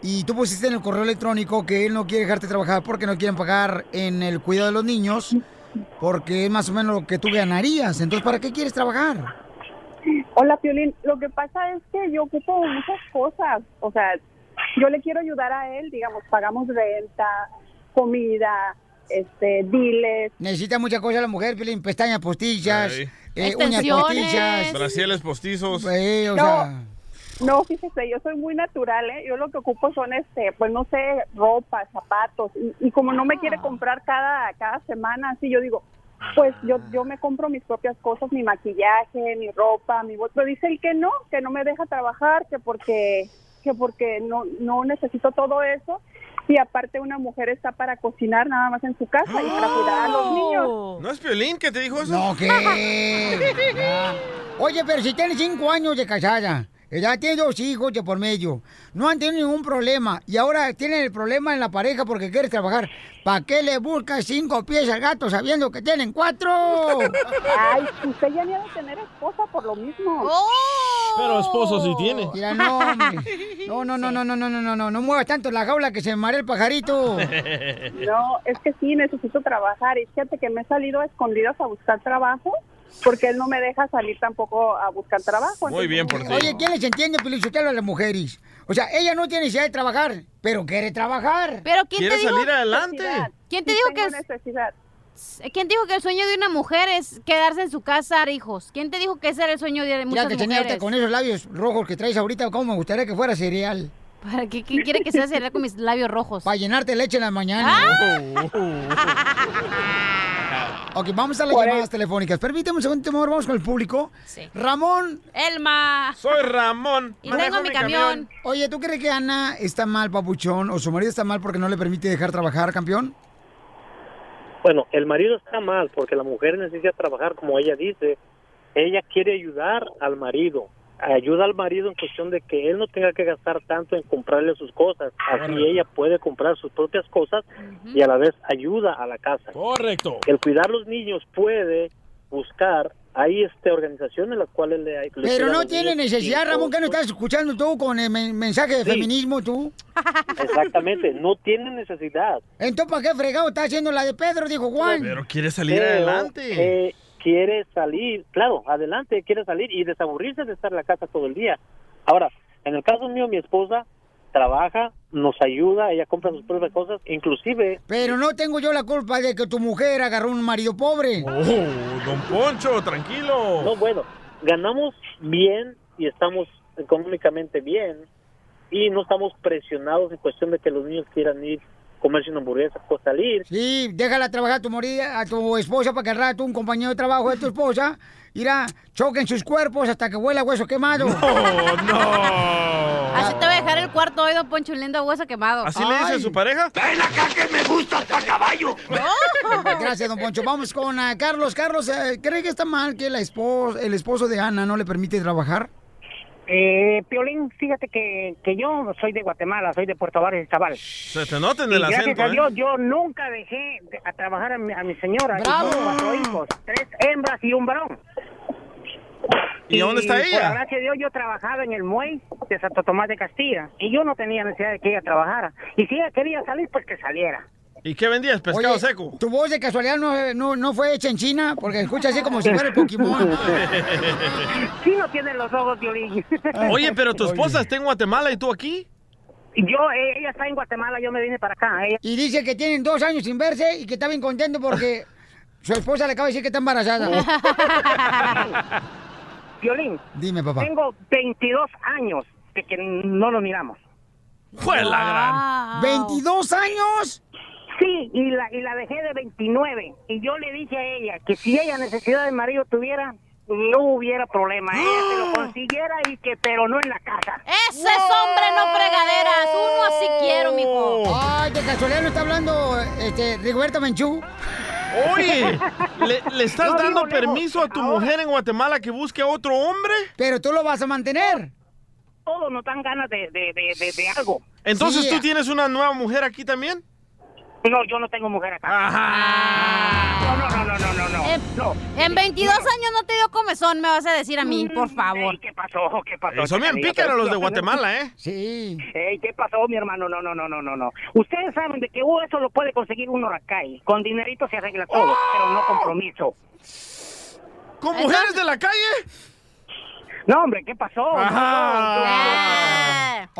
Speaker 2: Y tú pusiste en el correo electrónico que él no quiere dejarte trabajar porque no quieren pagar en el cuidado de los niños, porque es más o menos lo que tú ganarías. Entonces, ¿para qué quieres trabajar?
Speaker 19: Hola, Piolín. Lo que pasa es que yo ocupo muchas cosas. O sea, yo le quiero ayudar a él, digamos, pagamos renta, comida, este, diles.
Speaker 2: Necesita muchas cosas la mujer, Piolín, pestañas postillas,
Speaker 3: Ey.
Speaker 2: eh, uñas postillas.
Speaker 3: Brasiles postizos.
Speaker 2: Eh, o
Speaker 19: No.
Speaker 2: sea,
Speaker 19: No, fíjese, yo soy muy natural, ¿eh? Yo lo que ocupo son, este, pues no sé, ropa, zapatos. Y, y como no me quiere comprar cada, cada semana, así yo digo, pues yo, yo me compro mis propias cosas, mi maquillaje, mi ropa, mi voz. Pero dice el que no, que no me deja trabajar, que porque, que porque no, no necesito todo eso. Y aparte una mujer está para cocinar nada más en su casa y para cuidar a los niños.
Speaker 3: ¿No es Piolín que te dijo eso?
Speaker 2: No, ¿qué? Oye, pero si tiene cinco años de casada, ya tiene dos hijos de por medio, no han tenido ningún problema y ahora tienen el problema en la pareja porque quiere trabajar. ¿Para qué le buscas cinco pies al gato sabiendo que tienen cuatro?
Speaker 19: Ay, usted ya ni
Speaker 2: ¡Oh!
Speaker 19: ha de tener esposa por lo mismo.
Speaker 3: Pero esposo sí tiene.
Speaker 2: Mira, no, hombre. no, no, no, no, no, no, no, no, no, no muevas tanto la jaula que se marea el pajarito.
Speaker 19: No, es que sí, necesito trabajar. Y fíjate que me he salido a escondidas a buscar trabajo porque él no me deja salir tampoco a buscar trabajo.
Speaker 3: Muy bien por ti.
Speaker 2: Oye, ¿quién les entiende, Pelichotelo, a las mujeres? O sea, ella no tiene necesidad de trabajar, pero quiere trabajar.
Speaker 11: Pero ¿quién
Speaker 2: Quiere
Speaker 11: te dijo?
Speaker 2: salir adelante. Necesidad.
Speaker 11: ¿Quién te
Speaker 2: Sí
Speaker 11: dijo que
Speaker 2: tengo
Speaker 11: es ¿Quién dijo que el sueño de una mujer es quedarse en su casa, dar hijos? ¿Quién te dijo que ese era el sueño de
Speaker 2: Mira
Speaker 11: muchas
Speaker 2: que tenía ahorita
Speaker 11: mujeres?
Speaker 2: con esos labios rojos que traes ahorita, ¿cómo me gustaría que fuera cereal?
Speaker 11: ¿Para qué, quién quiere que sea cereal con mis labios rojos? ¡Ah!
Speaker 2: Para llenarte leche en la mañana. Oh. ok, vamos a las llamadas telefónicas. Permíteme un segundo, amor, vamos con el público.
Speaker 11: Sí.
Speaker 2: Ramón.
Speaker 11: Elma.
Speaker 3: Soy Ramón.
Speaker 11: Y Manejo tengo mi mi camión. camión.
Speaker 2: Oye, ¿tú crees que Ana está mal, papuchón? ¿O su marido está mal porque no le permite dejar trabajar, campeón?
Speaker 23: Bueno, el marido está mal porque la mujer necesita trabajar, como ella dice. Ella quiere ayudar al marido. Ayuda al marido en cuestión de que él no tenga que gastar tanto en comprarle sus cosas. Así ella puede comprar sus propias cosas y a la vez ayuda a la casa.
Speaker 14: Correcto.
Speaker 23: El cuidar los niños puede buscar. Hay este, organizaciones las cuales le... le
Speaker 2: Pero
Speaker 23: cuidan
Speaker 2: no
Speaker 23: los
Speaker 2: tiene
Speaker 23: niños.
Speaker 2: necesidad,
Speaker 23: Sí,
Speaker 2: Ramón, que no estás escuchando tú con el men- mensaje de
Speaker 23: Sí.
Speaker 2: feminismo, tú.
Speaker 23: Exactamente, no tiene necesidad.
Speaker 2: Entonces, ¿para qué fregado está haciendo la de Pedro? Dijo Juan.
Speaker 23: Pero
Speaker 3: quiere salir adelante.
Speaker 23: eh, quiere salir, claro, adelante, quiere salir y desaburrirse de estar en la casa todo el día. Ahora, en el caso mío, mi esposa trabaja, nos ayuda, ella compra sus propias cosas, inclusive...
Speaker 2: Pero no tengo yo la culpa de que tu mujer agarró un marido pobre.
Speaker 23: Oh, don Poncho, tranquilo. No, bueno, ganamos bien y estamos económicamente bien y no estamos presionados en cuestión de que los niños quieran ir comerse una hamburguesa o salir.
Speaker 2: Sí, déjala trabajar a tu morida, a tu esposa para que al rato un compañero de trabajo de tu esposa irá, choquen sus cuerpos hasta que huela hueso quemado.
Speaker 3: No, no.
Speaker 11: Así te voy a dejar el cuarto hoy, don Poncho, un lindo hueso quemado.
Speaker 3: ¿Así le dice a su pareja?
Speaker 2: Gracias, don Poncho. Vamos con ah, Carlos. Carlos, eh, ¿cree que está mal que la esposa, el esposo de Ana no le permite trabajar?
Speaker 18: Eh, Piolín, fíjate que, que yo soy de Guatemala, soy de Puerto Varas, chaval.
Speaker 3: Se te nota en
Speaker 18: Y
Speaker 3: el
Speaker 18: gracias
Speaker 3: acento,
Speaker 18: a
Speaker 3: ¿eh?
Speaker 18: Dios, yo nunca dejé de- a trabajar a mi, a mi señora. Y
Speaker 3: ¡Bravo!
Speaker 18: tengo cuatro hijos, tres hembras y un varón.
Speaker 3: ¿Y dónde está
Speaker 18: por la
Speaker 3: ella?
Speaker 18: gracia de Dios, yo trabajaba en el muelle de Santo Tomás de Castilla y yo no tenía necesidad de que ella trabajara. Y si ella quería salir, pues que saliera.
Speaker 3: ¿Y qué vendías? Pescado
Speaker 2: Oye,
Speaker 3: seco.
Speaker 2: ¿Tu voz de casualidad no, eh, no, no fue hecha en China? Porque escucha así como si fuera el Pokémon.
Speaker 18: Sí no tiene los ojos, Piolín.
Speaker 3: Oye, pero tu esposa está en Guatemala y tú aquí.
Speaker 18: Yo, eh, ella está en Guatemala, yo me vine para acá. Ella...
Speaker 2: Y dice que tienen dos años sin verse y que está bien contento porque su esposa le acaba de decir que está embarazada.
Speaker 18: Violín.
Speaker 2: Dime, papá.
Speaker 18: Tengo 22 años de que no nos miramos.
Speaker 2: ¡Fue la gran! ¡22 años!
Speaker 18: Ah. Sí, y la, y la dejé de 29. Y yo le dije a ella que si ella necesidad de marido tuviera, no hubiera problema. Ella se
Speaker 3: ¡Ah!
Speaker 18: lo consiguiera, y que, pero no en la casa.
Speaker 21: Ese es hombre, no fregaderas. Uno así quiero, mijo.
Speaker 2: Ay, de casualidad no está hablando este, Rigoberto Menchú.
Speaker 3: Oye, ¿le, le estás dando permiso a tu mujer en Guatemala que busque a otro hombre?
Speaker 2: Pero tú lo vas a mantener.
Speaker 18: Todos nos dan ganas de, de, de, de- de algo.
Speaker 3: Entonces
Speaker 18: Sí.
Speaker 3: tú tienes una nueva mujer aquí también.
Speaker 18: No, yo no tengo mujer acá. No, no, no, no, no.
Speaker 11: Eh,
Speaker 21: En, en 22 años no te dio comezón, me vas a decir a mí, por favor.
Speaker 18: ¿Qué pasó? ¿Qué pasó?
Speaker 3: Eh, son bien
Speaker 18: Cachanilla?
Speaker 3: pícaros los de Guatemala, ¿eh?
Speaker 2: Sí.
Speaker 18: Ey, ¿Qué pasó, mi hermano? No, no, no, no, no, no. Ustedes saben de que uh, eso lo puede conseguir uno acá y Con dinerito se arregla todo, pero no compromiso.
Speaker 3: ¿Con mujeres de la calle?
Speaker 18: No, hombre, ¿qué pasó?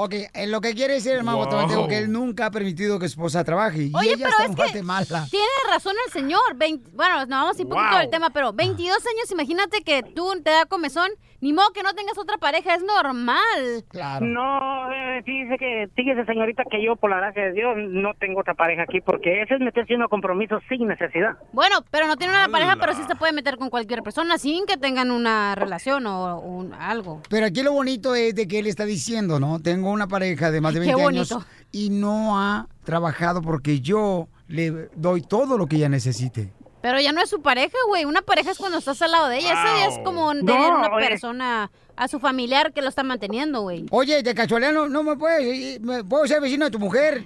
Speaker 2: Ok, eh, lo que quiere decir el mago
Speaker 18: Wow.
Speaker 2: Tamateo que él nunca ha permitido que su esposa trabaje. y
Speaker 21: Oye,
Speaker 2: ella
Speaker 21: pero
Speaker 2: está
Speaker 21: es
Speaker 2: en
Speaker 21: que
Speaker 2: Guatemala.
Speaker 21: tiene razón el señor. vein- bueno, nos vamos a ir un poquito
Speaker 2: Wow.
Speaker 21: del tema, pero 22 años, imagínate que tú te da comezón. Ni modo que no tengas otra pareja, es normal.
Speaker 2: Claro.
Speaker 18: No, eh, fíjese que, fíjese señorita que yo por la gracia de Dios no tengo otra pareja aquí porque eso es meterse en un compromiso sin necesidad.
Speaker 21: Bueno, pero no tiene una pareja, pero sí se puede meter con cualquier persona sin que tengan una relación o un- algo.
Speaker 2: Pero aquí lo bonito es de que él está diciendo, ¿no? Tengo una pareja de más de
Speaker 21: Ay, qué
Speaker 2: 20 años
Speaker 21: bonito.
Speaker 2: y no ha trabajado porque yo le doy todo lo que ella necesite.
Speaker 21: Pero ya no es su pareja, güey. Una pareja es cuando estás al lado de ella. Eso ya es como tener una
Speaker 2: oye.
Speaker 21: persona, a su familiar que lo está manteniendo, güey.
Speaker 2: Oye, de casualidad no, no me puedes, me- puedo ser vecino de tu mujer.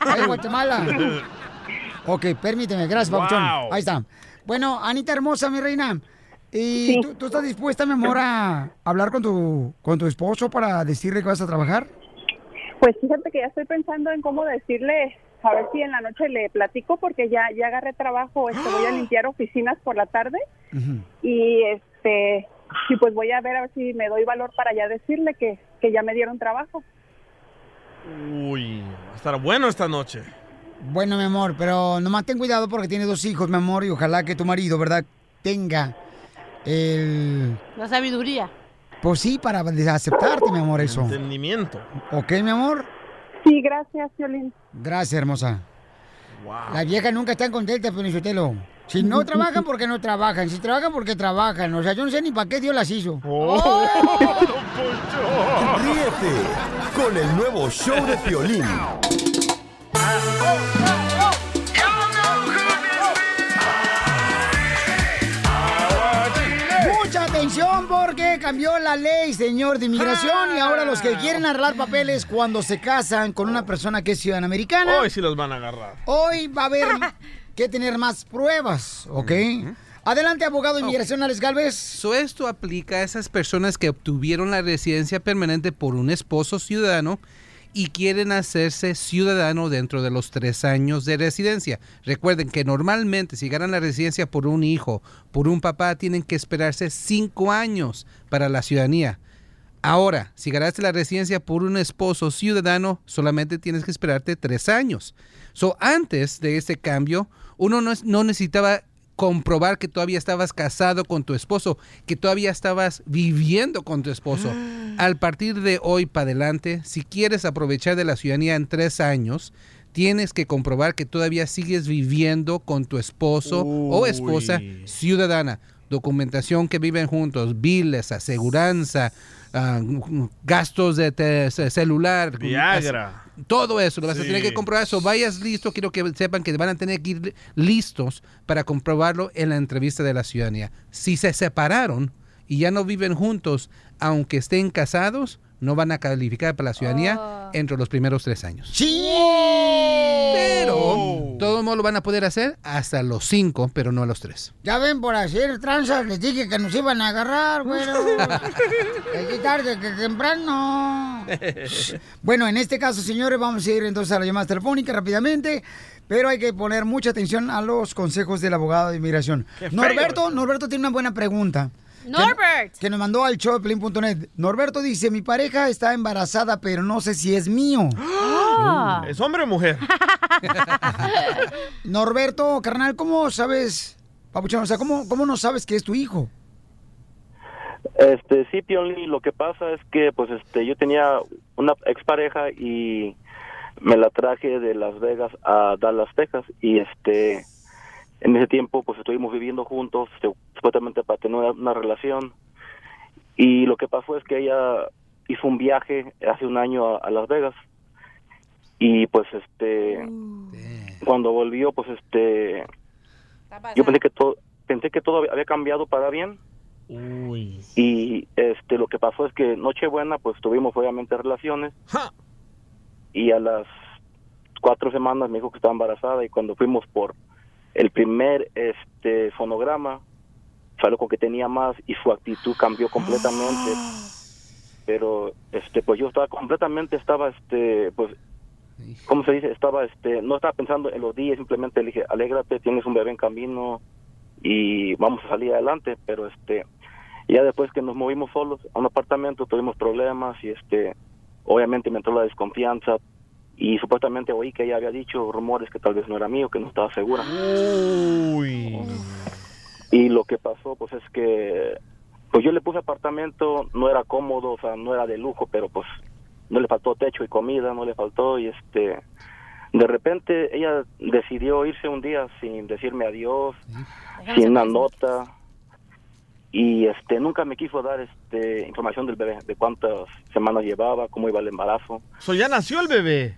Speaker 2: Ahí en Guatemala. ok, permíteme, gracias,
Speaker 9: Wow.
Speaker 2: Pabuchón. Ahí está. Bueno, Anita hermosa, mi reina. ¿Y
Speaker 9: Sí.
Speaker 2: tú, tú estás dispuesta, mi amor, a hablar con tu, con tu esposo para decirle que vas a trabajar?
Speaker 19: Pues fíjate que ya estoy pensando en cómo decirle, a ver si en la noche le platico porque ya, ya agarré trabajo, este, voy a limpiar oficinas por la tarde
Speaker 3: eh.
Speaker 19: y este y pues voy a ver a ver si me doy valor para ya decirle que, que ya me dieron trabajo.
Speaker 3: Uy, va a estar bueno esta noche.
Speaker 2: Bueno, mi amor, pero nomás ten cuidado porque tienes dos hijos, mi amor, y ojalá que tu marido, ¿verdad?, tenga el...
Speaker 21: La sabiduría.
Speaker 2: Pues sí, para aceptarte, mi amor, eso.
Speaker 3: Entendimiento.
Speaker 2: ¿Ok, mi amor?
Speaker 19: Sí, gracias, Violín.
Speaker 2: Gracias, hermosa.
Speaker 3: Wow.
Speaker 2: Las viejas nunca están contentas, Penichotelo. Si no trabajan, porque no trabajan. Si trabajan, porque trabajan. O sea, yo no sé ni para qué Dios las hizo.
Speaker 3: Oh.
Speaker 5: Ríete con el nuevo show de Piolín.
Speaker 2: Mucha atención porque cambió la ley, señor, de inmigración. Y ahora los que quieren arreglar papeles cuando se casan con una persona que es ciudadana americana.
Speaker 3: Hoy sí los van a agarrar.
Speaker 2: Hoy va a haber que tener más pruebas, ¿ok? Adelante, abogado de inmigración, Alex Galvez.
Speaker 1: So, esto aplica a esas personas que obtuvieron la residencia permanente por un esposo ciudadano y quieren hacerse ciudadano dentro de los tres años de residencia. Recuerden que normalmente si ganan la residencia por un hijo, por un papá, tienen que esperarse cinco años para la ciudadanía. Ahora, si ganaste la residencia por un esposo ciudadano, solamente tienes que esperarte tres años. So, antes de este cambio, uno no, es- no necesitaba comprobar que todavía estabas casado con tu esposo, que todavía estabas viviendo con tu esposo. Al partir de hoy para adelante, si quieres aprovechar de la ciudadanía en tres años, tienes que comprobar que todavía sigues viviendo con tu esposo o esposa
Speaker 7: Uy.
Speaker 1: ciudadana, documentación que viven juntos, biles, aseguranza, ah, gastos de te- ce- celular,
Speaker 3: Viagra.
Speaker 1: todo eso, lo vas a
Speaker 3: Sí.
Speaker 1: tener que comprobar eso. Vayas listo, quiero que sepan que van a tener que ir listos para comprobarlo en la entrevista de la ciudadanía. Si se separaron y ya no viven juntos, aunque estén casados, no van a calificar para la ciudadanía entre los primeros tres años. Pero todo modo lo van a poder hacer hasta los cinco, pero no a los tres.
Speaker 2: Ya ven por hacer tranzas, les dije que nos iban a agarrar, güero. Aquí tarde que temprano. Bueno, en este caso, señores, vamos a ir entonces a las llamadas telefónicas rápidamente, pero hay que poner mucha atención a los consejos del abogado de inmigración.
Speaker 9: ¡Qué feo!
Speaker 2: Norberto, Norberto tiene una buena pregunta. que-
Speaker 9: ¡Norbert!
Speaker 2: Que, nos mandó al show de Piolín.net. Norberto dice, mi pareja está embarazada, pero no sé si es mío. Ah.
Speaker 3: ¿Es hombre o mujer?
Speaker 2: Norberto, carnal, ¿cómo sabes, papuchón, o sea, ¿cómo, cómo no sabes que es tu hijo?
Speaker 22: Este, sí, Pioli, lo que pasa es que, pues, este, yo tenía una expareja y
Speaker 24: me la traje de Las Vegas a Dallas, Texas y este en ese tiempo pues estuvimos viviendo juntos este, supuestamente para tener una, una relación y lo que pasó es que ella hizo un viaje hace un año a, a Las Vegas y pues este cuando volvió pues este yo pensé que todo pensé que todo había- había cambiado para bien y este lo que pasó es que Nochebuena pues tuvimos obviamente relaciones y a las cuatro semanas me dijo que estaba embarazada y cuando fuimos por el primer este fonograma salió con que tenía más y su actitud cambió completamente pero este pues yo estaba completamente estaba este pues cómo se dice estaba este no estaba pensando en los días simplemente le dije alégrate tienes un bebé en camino y vamos a salir adelante pero este ya después que nos movimos solos a un apartamento tuvimos problemas y este obviamente me entró la desconfianza y supuestamente oí que ella había dicho rumores que tal vez no era mío, que no estaba segura. Y lo que pasó pues es que pues yo le puse apartamento, no era cómodo, o sea, no era de lujo, pero pues no le faltó techo y comida, no le faltó y este de repente ella decidió irse un día sin decirme adiós, sin una nota y este nunca me quiso dar este información del bebé, de cuántas semanas llevaba, cómo iba el embarazo.
Speaker 3: So, ya nació el bebé.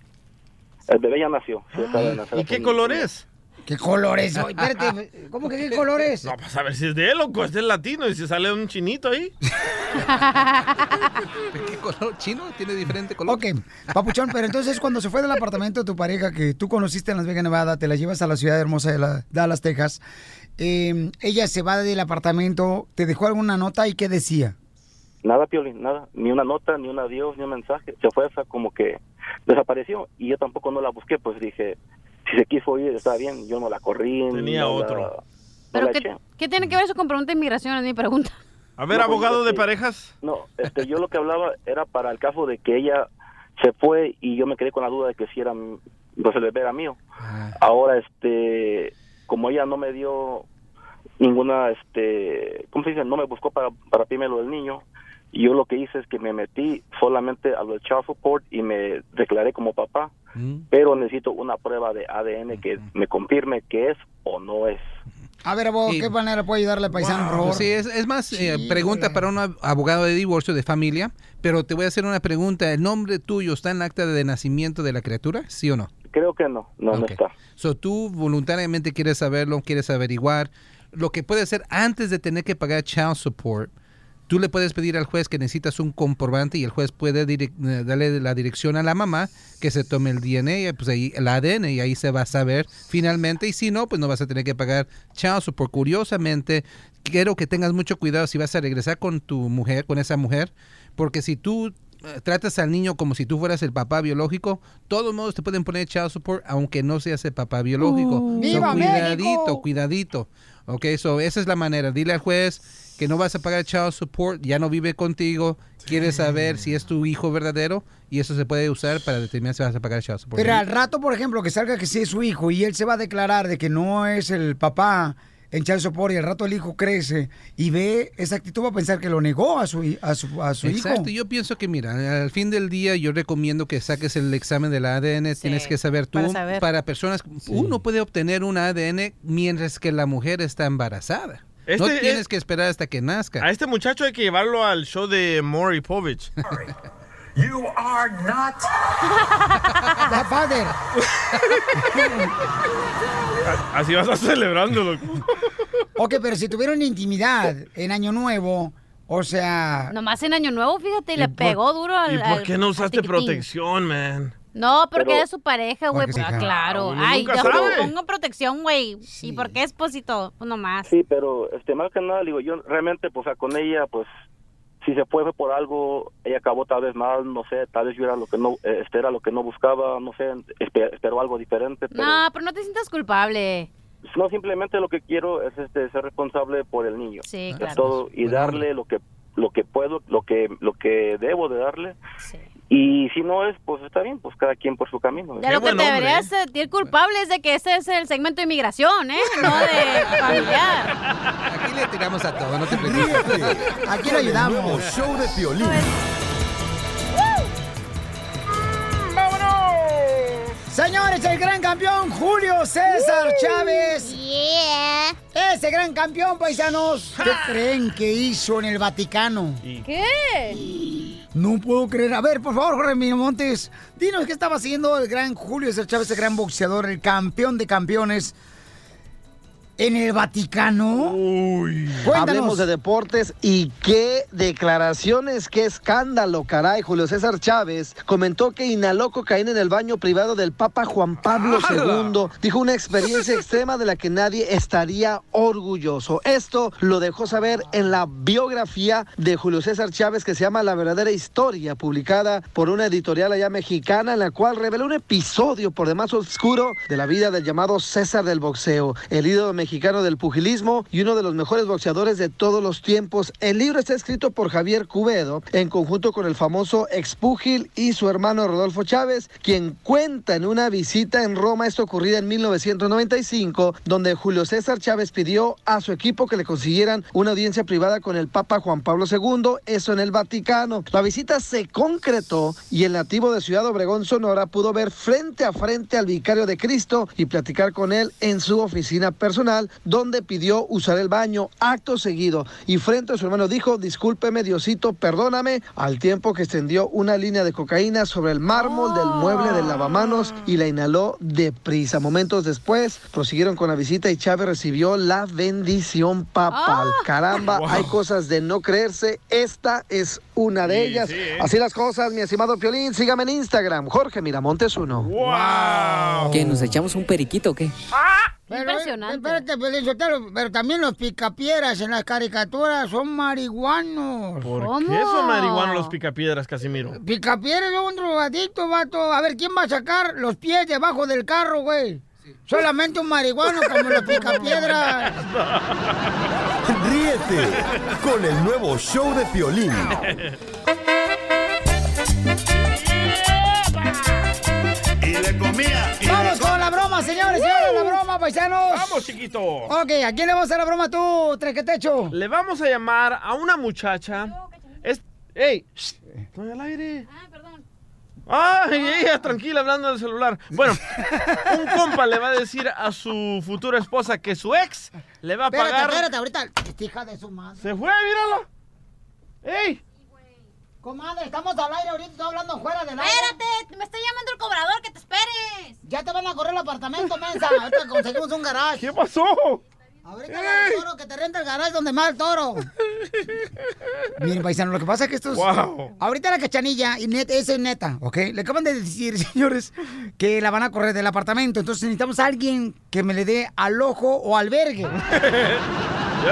Speaker 24: El bebé ya nació. se acaba de nacer
Speaker 3: Ah, ¿Y
Speaker 24: hace
Speaker 3: qué
Speaker 24: un-
Speaker 3: color es?
Speaker 2: ¿Qué color es? Oye, espérate, ¿cómo que qué color es?
Speaker 3: No, pues a ver si es de él, loco, este es latino y si sale un chinito ahí.
Speaker 1: ¿Qué color? ¿Chino? ¿Tiene diferente color?
Speaker 2: Ok, papuchón, pero entonces cuando se fue del apartamento de tu pareja que tú conociste en Las Vegas, Nevada, te la llevas a la ciudad hermosa de la- Dallas, Texas, eh, ella se va del apartamento, te dejó alguna nota y qué decía?
Speaker 24: Nada, Piolín, nada. Ni una nota, ni un adiós, ni un mensaje. Se fue, o sea, como que desapareció. Y yo tampoco no la busqué, pues dije, si se quiso ir, está bien. Yo no la corrí. ni
Speaker 3: Tenía
Speaker 24: no la-
Speaker 3: otro.
Speaker 24: no
Speaker 11: Pero
Speaker 24: la
Speaker 11: ¿qué,
Speaker 24: eché.
Speaker 11: qué tiene que ver eso con pregunta de inmigración? Es mi pregunta.
Speaker 3: A ver,
Speaker 24: No, pues,
Speaker 3: abogado de
Speaker 24: este,
Speaker 3: parejas.
Speaker 24: No, este, yo lo que hablaba era para el caso de que ella se fue y yo me quedé con la duda de que si era, m- pues el bebé era mío.
Speaker 3: Ah.
Speaker 24: Ahora, este, como ella no me dio ninguna, este, ¿cómo se dice? No me buscó para, para pedirme lo del niño. Y yo lo que hice es que me metí solamente a lo del child support y me declaré como papá.
Speaker 3: Mm.
Speaker 24: Pero necesito una prueba de ADN que me confirme que es o no es.
Speaker 2: A ver, abogado, ¿qué manera puede ayudarle al paisano, por favor?
Speaker 1: Sí, es, es más, eh, pregunta para un ab- abogado de divorcio de familia, pero te voy a hacer una pregunta. ¿El nombre tuyo está en el acta de nacimiento de la criatura? ¿Sí o no?
Speaker 24: Creo que no, no, no
Speaker 1: Ok.
Speaker 24: está.
Speaker 1: So, tú voluntariamente quieres saberlo, quieres averiguar. Lo que puede hacer antes de tener que pagar child support, tú le puedes pedir al juez que necesitas un comprobante y el juez puede direc- eh, darle la dirección a la mamá que se tome el DNA, eh, pues ahí el ADN y ahí se va a saber finalmente. Y si no, pues no vas a tener que pagar child support. Curiosamente, quiero que tengas mucho cuidado si vas a regresar con tu mujer, con esa mujer, porque si tú eh, tratas al niño como si tú fueras el papá biológico, todos modos te pueden poner child support aunque no seas el papá biológico.
Speaker 2: Uh.
Speaker 1: So,
Speaker 2: ¡Viva
Speaker 1: cuidadito,
Speaker 2: México!
Speaker 1: cuidadito. Ok, so esa es la manera. Dile al juez que no vas a pagar child support, ya no vive contigo, quieres saber si es tu hijo verdadero y eso se puede usar para determinar si vas a pagar child support.
Speaker 2: Pero al rato, por ejemplo, que salga que sí es su hijo y él se va a declarar de que no es el papá en Child Support y al rato el hijo crece y ve esa actitud, va a pensar que lo negó a su, hi- a su, a su hijo.
Speaker 1: Exacto, yo pienso que mira, al fin del día yo recomiendo que saques el examen del ADN, tienes que saber tú,
Speaker 2: para
Speaker 1: para,
Speaker 2: saber.
Speaker 1: personas, uno puede obtener un ADN mientras que la mujer está embarazada. no
Speaker 3: Este es-
Speaker 1: tienes que esperar hasta que nazca.
Speaker 3: A este muchacho hay que llevarlo al show de Maury Povich.
Speaker 9: You are not
Speaker 2: the father.
Speaker 3: A- Así vas a estar celebrando, loco.
Speaker 2: Ok, pero si tuvieron intimidad en Año Nuevo, o sea...
Speaker 11: Nomás en Año Nuevo, fíjate, y le
Speaker 3: por-
Speaker 11: pegó duro al.
Speaker 3: ¿Y por
Speaker 11: al-
Speaker 3: qué no
Speaker 11: al
Speaker 3: usaste
Speaker 11: tiquitín.
Speaker 3: protección, man?
Speaker 11: No, porque
Speaker 3: Pero-
Speaker 11: era su pareja, güey.
Speaker 3: Porque
Speaker 11: Pues,
Speaker 3: se-
Speaker 11: ah, claro.
Speaker 3: Uno
Speaker 11: Ay,
Speaker 24: nunca
Speaker 11: yo no
Speaker 24: sabe.
Speaker 11: me pongo protección, güey. ¿Y por qué esposito? Pues nomás.
Speaker 24: Sí, pero este más que nada, digo, yo realmente, pues, o sea, con ella, pues, si se fue fue por algo, ella acabó tal vez mal, no sé, tal vez yo era lo que no, eh, este era lo que no buscaba, no sé, espe- espero algo diferente, pero
Speaker 11: No, pero no te sientas culpable.
Speaker 24: no simplemente lo que quiero es este ser responsable por el niño,
Speaker 11: Sí,
Speaker 24: Es
Speaker 11: claro.
Speaker 24: todo y darle lo que lo que puedo, lo que lo que debo de darle. Y si no es, pues está bien, pues cada quien por su camino.
Speaker 11: Ya lo que te deberías sentir culpable es de que este es el segmento de inmigración, ¿eh? No de familiar.
Speaker 1: Aquí le tiramos a todo, no te
Speaker 5: Ríete.
Speaker 2: Aquí
Speaker 5: con
Speaker 2: lo
Speaker 5: el
Speaker 2: ayudamos.
Speaker 5: nuevo show de Piolín.
Speaker 9: ¡Vámonos!
Speaker 2: Señores, el gran campeón Julio César Chávez. Ese gran campeón, paisanos. ¿Qué creen que hizo en el Vaticano?
Speaker 11: ¿Qué?
Speaker 2: No puedo creer. A ver, por favor, Jorge Miramontes, dinos qué estaba haciendo el gran Julio César Chávez, el gran boxeador, el campeón de campeones. En el Vaticano. Uy.
Speaker 4: Hablemos de deportes y qué declaraciones, qué escándalo, caray. Julio César Chávez comentó que inhaló cocaína en el baño privado del Papa Juan Pablo II. Dijo una experiencia extrema de la que nadie estaría orgulloso. Esto lo dejó saber en la biografía de Julio César Chávez que se llama La verdadera historia, publicada por una editorial allá mexicana en la cual reveló un episodio por demás oscuro de la vida del llamado César del boxeo, el ídolo mexicano del pugilismo y uno de los mejores boxeadores de todos los tiempos. El libro está escrito por Javier Cubedo en conjunto con el famoso expúgil y su hermano Rodolfo Chávez, quien cuenta en una visita en Roma, esto ocurrida en 1995, donde Julio César Chávez pidió a su equipo que le consiguieran una audiencia privada con el Papa Juan Pablo II, eso en el Vaticano. La visita se concretó y el nativo de Ciudad Obregón, Sonora, pudo ver frente a frente al vicario de Cristo y platicar con él en su oficina personal, donde pidió usar el baño acto seguido y frente a su hermano dijo, discúlpeme Diosito, perdóname, al tiempo que extendió una línea de cocaína sobre el mármol del mueble del lavamanos y la inhaló deprisa. Momentos después prosiguieron con la visita y Chávez recibió la bendición papal.
Speaker 5: Ah.
Speaker 4: Caramba, hay cosas de no creerse, esta es una de ellas.
Speaker 5: sí, ¿eh?
Speaker 4: Así las cosas, mi estimado Piolín, sígame en Instagram, Jorge Miramontes 1.
Speaker 7: ¿Que nos echamos un periquito o qué?
Speaker 2: Impresionante. Espérate, Piolín Sotelo, pero también los picapieras en las caricaturas son
Speaker 11: Pues,
Speaker 2: marihuanos.
Speaker 3: ¿Por qué son marihuanos los picapiedras, Casimiro?
Speaker 2: Picapiedras son drogadictos, vato. A ver, ¿quién va a sacar los pies debajo del carro, güey? Solamente un marihuano como los picapiedras.
Speaker 5: Ríete con el nuevo show de Piolín.
Speaker 6: Y le comía. y
Speaker 2: Vamos
Speaker 6: le co-
Speaker 2: con la broma, señores, señores, la broma, paisanos.
Speaker 3: Vamos, chiquito.
Speaker 2: Ok, ¿a quién le vamos a hacer la broma tú, trequetecho?
Speaker 3: Le vamos a llamar a una muchacha. Es, ¡Ey! shh, Estoy al aire. Ah, perdón. Ay, ella tranquila hablando del celular. Bueno, un compa le va a decir a su futura esposa que su ex le va a
Speaker 2: Espérate,
Speaker 3: pagar.
Speaker 2: espérate, ahorita. Esta hija de su madre.
Speaker 3: Se fue, míralo. ¡Ey!
Speaker 2: Comadre, estamos al aire ahorita, estoy hablando fuera del aire.
Speaker 21: Espérate, me está llamando el cobrador, que te esperes.
Speaker 2: Ya te van a correr el apartamento, mensa. Ahorita conseguimos un garage.
Speaker 3: ¿Qué pasó?
Speaker 2: Ahorita va el toro, que te renta el garage donde más el toro. Miren, paisano, lo que pasa es que estos...
Speaker 6: Wow.
Speaker 2: Ahorita la cachanilla, y net, eso es neta, ¿ok? Le acaban de decir, señores, que la van a correr del apartamento. Entonces necesitamos a alguien que me le dé al ojo o
Speaker 3: Yo
Speaker 2: albergue.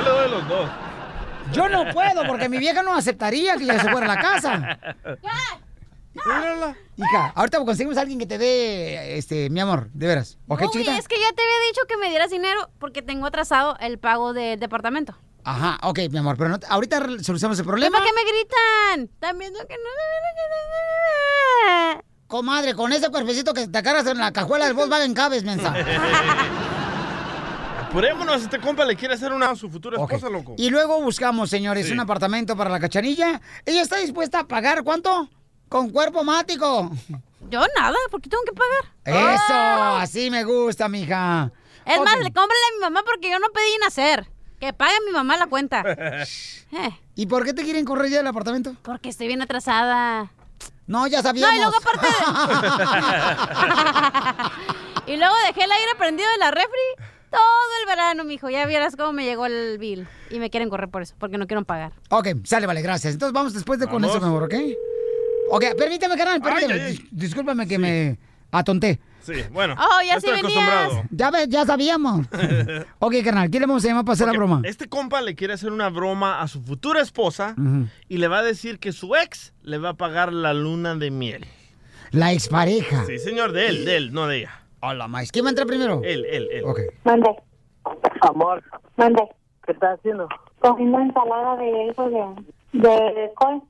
Speaker 3: le doy los dos.
Speaker 2: Yo no puedo, porque mi vieja no aceptaría que ella se fuera a la casa. Hija, ahorita conseguimos a alguien que te dé, este, mi amor, de veras. ¿Ok,
Speaker 11: Uy,
Speaker 2: chiquita?
Speaker 11: es que ya te había dicho que me dieras dinero porque tengo atrasado el pago del departamento.
Speaker 2: Ajá, ok, mi amor, pero no, ahorita re- solucionamos el
Speaker 11: ¿Por
Speaker 2: problema.
Speaker 11: qué me gritan? Están viendo que no...
Speaker 2: Comadre, con ese cuerpecito que te cargas en la cajuela del Volkswagen Cabes, mensa.
Speaker 3: Apurémonos, este compa le quiere hacer una a su futura esposa, loco.
Speaker 2: Y luego buscamos, señores, un apartamento para la cachanilla. ¿Ella está dispuesta a pagar cuánto? Con cuerpo mático.
Speaker 11: Yo nada, ¿por qué tengo que pagar? Oh.
Speaker 2: Eso, así me gusta, mija.
Speaker 11: Es
Speaker 2: Ok.
Speaker 11: más, le cómprale a mi mamá porque yo no pedí nacer. Que pague mi mamá la cuenta. Eh,
Speaker 2: ¿Y por qué te quieren correr ya del apartamento?
Speaker 11: porque estoy bien atrasada.
Speaker 2: No, ya
Speaker 11: No,
Speaker 2: sabíamos.
Speaker 11: y luego Y luego dejé el aire prendido de la refri todo el verano, mijo. Ya vieras cómo me llegó el bill. Y me quieren correr por eso, porque no quieren pagar.
Speaker 2: Ok, sale, vale, gracias. Entonces vamos después de con
Speaker 11: Vamos.
Speaker 2: eso, mi amor, ¿ok? Ok, permítame, carnal, permítame.
Speaker 3: ay, ay.
Speaker 2: Dis- Discúlpame que me atonté.
Speaker 3: Sí, bueno.
Speaker 2: Oh, ya
Speaker 3: estoy
Speaker 2: sí
Speaker 3: acostumbrado.
Speaker 2: Ya, ve- ya sabíamos. ok, carnal, ¿quién le vamos a llamar para hacer la broma?
Speaker 3: Este compa le quiere hacer una broma a su futura esposa
Speaker 2: Ujú.
Speaker 3: y le va a decir que su ex le va a pagar la luna de miel.
Speaker 2: La expareja.
Speaker 3: Sí, señor, de él, de él, no de ella.
Speaker 2: Hola, maíz. ¿Quién va a entrar primero?
Speaker 3: Él, él, él.
Speaker 2: Ok.
Speaker 8: Mande,
Speaker 3: Amor.
Speaker 8: mande.
Speaker 23: ¿Qué estás haciendo?
Speaker 8: Comiendo ensalada de eso de, de col.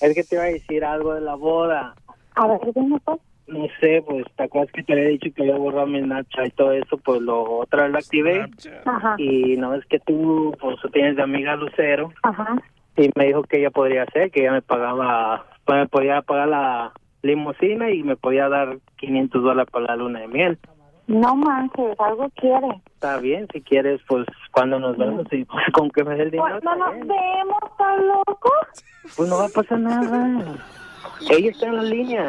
Speaker 23: Es que te iba a decir algo de la boda.
Speaker 8: A ver, dime pues.
Speaker 23: No sé, pues, ¿te acuerdas que te había dicho que había borrado mi Snapchat y todo eso? Pues lo otra vez lo activé.
Speaker 8: Ajá.
Speaker 23: Y no es que tú, pues, tú tienes de amiga a Lucero.
Speaker 8: Ajá.
Speaker 23: Y me dijo que ella podría hacer, que ella me pagaba, pues, me podía pagar la,
Speaker 22: limusina y me podía dar 500 dólares para la luna de miel.
Speaker 8: No manches, algo quiere.
Speaker 22: Está bien, si quieres, pues cuando nos vemos y con que me dé el dinero.
Speaker 8: Pues no nos vemos, tan loco.
Speaker 22: Pues no va a pasar nada. Ella está en la línea.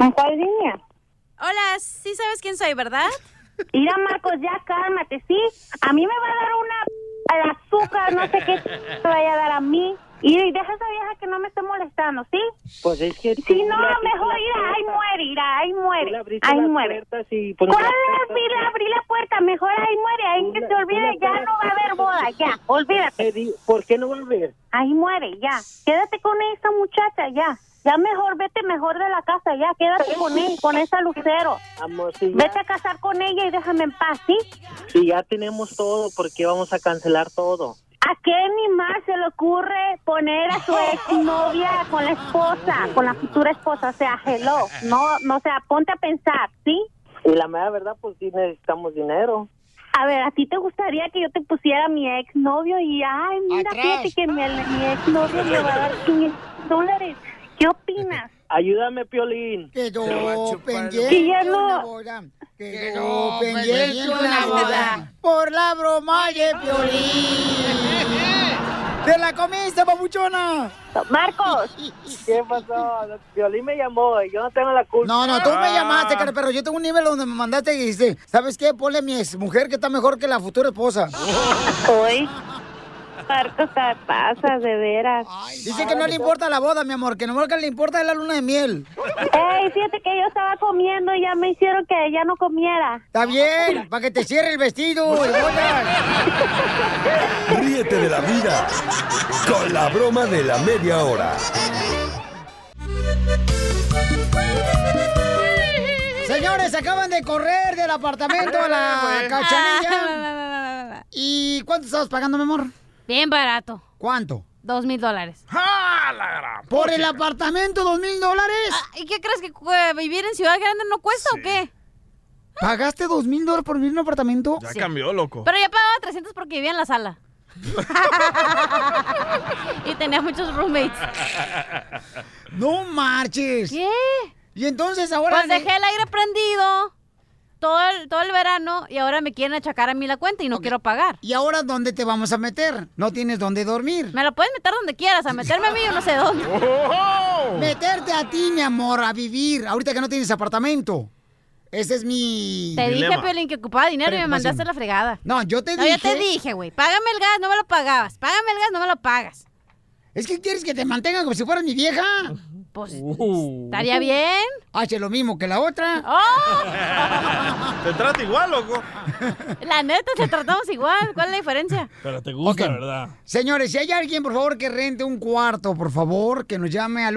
Speaker 8: ¿Está en línea?
Speaker 11: Hola, sí sabes quién soy, ¿verdad?
Speaker 8: Mira, Marcos, ya cálmate, ¿sí? A mí me va a dar una... al azúcar, no sé qué te vaya a dar a mí. Y deja a esa vieja que no me esté molestando, ¿sí?
Speaker 22: Pues es que.
Speaker 8: Si no, mejor irá, ahí muere, irá, ahí muere. Ahí muere.
Speaker 22: pues,
Speaker 8: ¿Cuál es abrir, abrir la puerta? Mejor ahí muere, ahí que se olvide, ya no va a haber boda, ya, olvídate.
Speaker 22: ¿Por qué no va a haber?
Speaker 8: Ahí muere, ya. Quédate con esta muchacha, ya. Ya mejor vete mejor de la casa, ya quédate con él, con esa lucero.
Speaker 22: Amor, si ya,
Speaker 8: Vete a casar con ella y déjame en paz, ¿sí?
Speaker 22: si ya tenemos todo, ¿por qué vamos a cancelar todo?
Speaker 8: ¿A qué ni más se le ocurre poner a su exnovia con la esposa, con la futura esposa? O sea, hello, no, no, o sea, ponte a pensar, ¿sí?
Speaker 22: Y la mera verdad, pues sí necesitamos dinero.
Speaker 8: A ver, ¿a ti te gustaría que yo te pusiera a mi exnovio y, ay, mira, fíjate que mi, mi exnovio me va a dar 500 dólares? ¿Qué opinas?
Speaker 22: Ayúdame, Piolín.
Speaker 2: Quedó pendiente
Speaker 8: Que ya
Speaker 2: una
Speaker 8: no.
Speaker 2: boda.
Speaker 8: no,
Speaker 2: Quedó pendiente
Speaker 8: pendiente
Speaker 2: una
Speaker 8: una
Speaker 2: boda.
Speaker 8: boda.
Speaker 2: Por la broma de Piolín. ¡Te la comiste, papuchona!
Speaker 8: ¡Marcos!
Speaker 22: ¿Qué pasó? Piolín me llamó, yo no tengo la culpa.
Speaker 2: No, no, tú
Speaker 8: Ah.
Speaker 2: me llamaste, cara, pero yo tengo un nivel donde me mandaste y dijiste, ¿sabes qué? Ponle a mi ex mujer que está mejor que la futura esposa.
Speaker 8: Hoy, Marcos, te pasas, de veras.
Speaker 2: Dice que no le importa la boda, mi amor, que nomás lo que le importa es la luna de miel.
Speaker 8: Ey, fíjate que yo estaba comiendo y ya me hicieron que ya no comiera.
Speaker 2: Está bien, para que te cierre el vestido. el bolas.
Speaker 5: Ríete de la vida con la broma de la media hora.
Speaker 2: Señores, acaban de correr del apartamento a la
Speaker 11: Ah,
Speaker 2: cachanilla. ¿Y cuánto estabas pagando, mi amor?
Speaker 11: Bien barato.
Speaker 2: ¿Cuánto?
Speaker 11: Dos mil dólares.
Speaker 2: ¿Por el apartamento dos mil dólares?
Speaker 11: Ah, ¿Y qué crees que eh, vivir en Ciudad Grande no cuesta o qué?
Speaker 2: ¿Pagaste dos mil dólares por vivir en un apartamento?
Speaker 3: Ya cambió,
Speaker 2: Oh.
Speaker 3: loco.
Speaker 11: Pero ya pagaba 300 porque vivía en la sala. y tenía muchos roommates.
Speaker 2: No marches.
Speaker 11: ¿Qué?
Speaker 2: Y entonces ahora...
Speaker 11: Pues
Speaker 2: le-
Speaker 11: dejé el aire prendido todo el, todo el verano y ahora me quieren achacar a mí la cuenta y no quiero pagar.
Speaker 2: ¿Y ahora dónde te vamos a meter? No tienes dónde dormir.
Speaker 11: Me la puedes meter donde quieras, a meterme a mí yo no sé dónde.
Speaker 2: Oh.
Speaker 3: ¡Oh!
Speaker 2: Meterte a ti, mi amor, a vivir, ahorita que no tienes apartamento. Ese es mi...
Speaker 11: Te dije, Piolín, que ocupaba dinero y me
Speaker 2: Preocupación.
Speaker 11: mandaste a la fregada.
Speaker 2: No, yo te
Speaker 11: No,
Speaker 2: dije...
Speaker 11: ya te dije, güey. Págame el gas, no me lo pagabas. Págame el gas, no me lo pagas.
Speaker 2: Es que quieres que te mantenga como si fueras mi vieja.
Speaker 11: Pues, ¿estaría bien?
Speaker 2: Uh.
Speaker 11: Oh.
Speaker 2: Hace lo mismo que la otra.
Speaker 3: Te trata igual, loco.
Speaker 11: La neta, te tratamos igual. ¿Cuál es la diferencia?
Speaker 3: Pero te gusta,
Speaker 2: Ok.
Speaker 3: ¿verdad?
Speaker 2: Señores, si hay alguien, por favor, que rente un cuarto, por favor, que nos llame al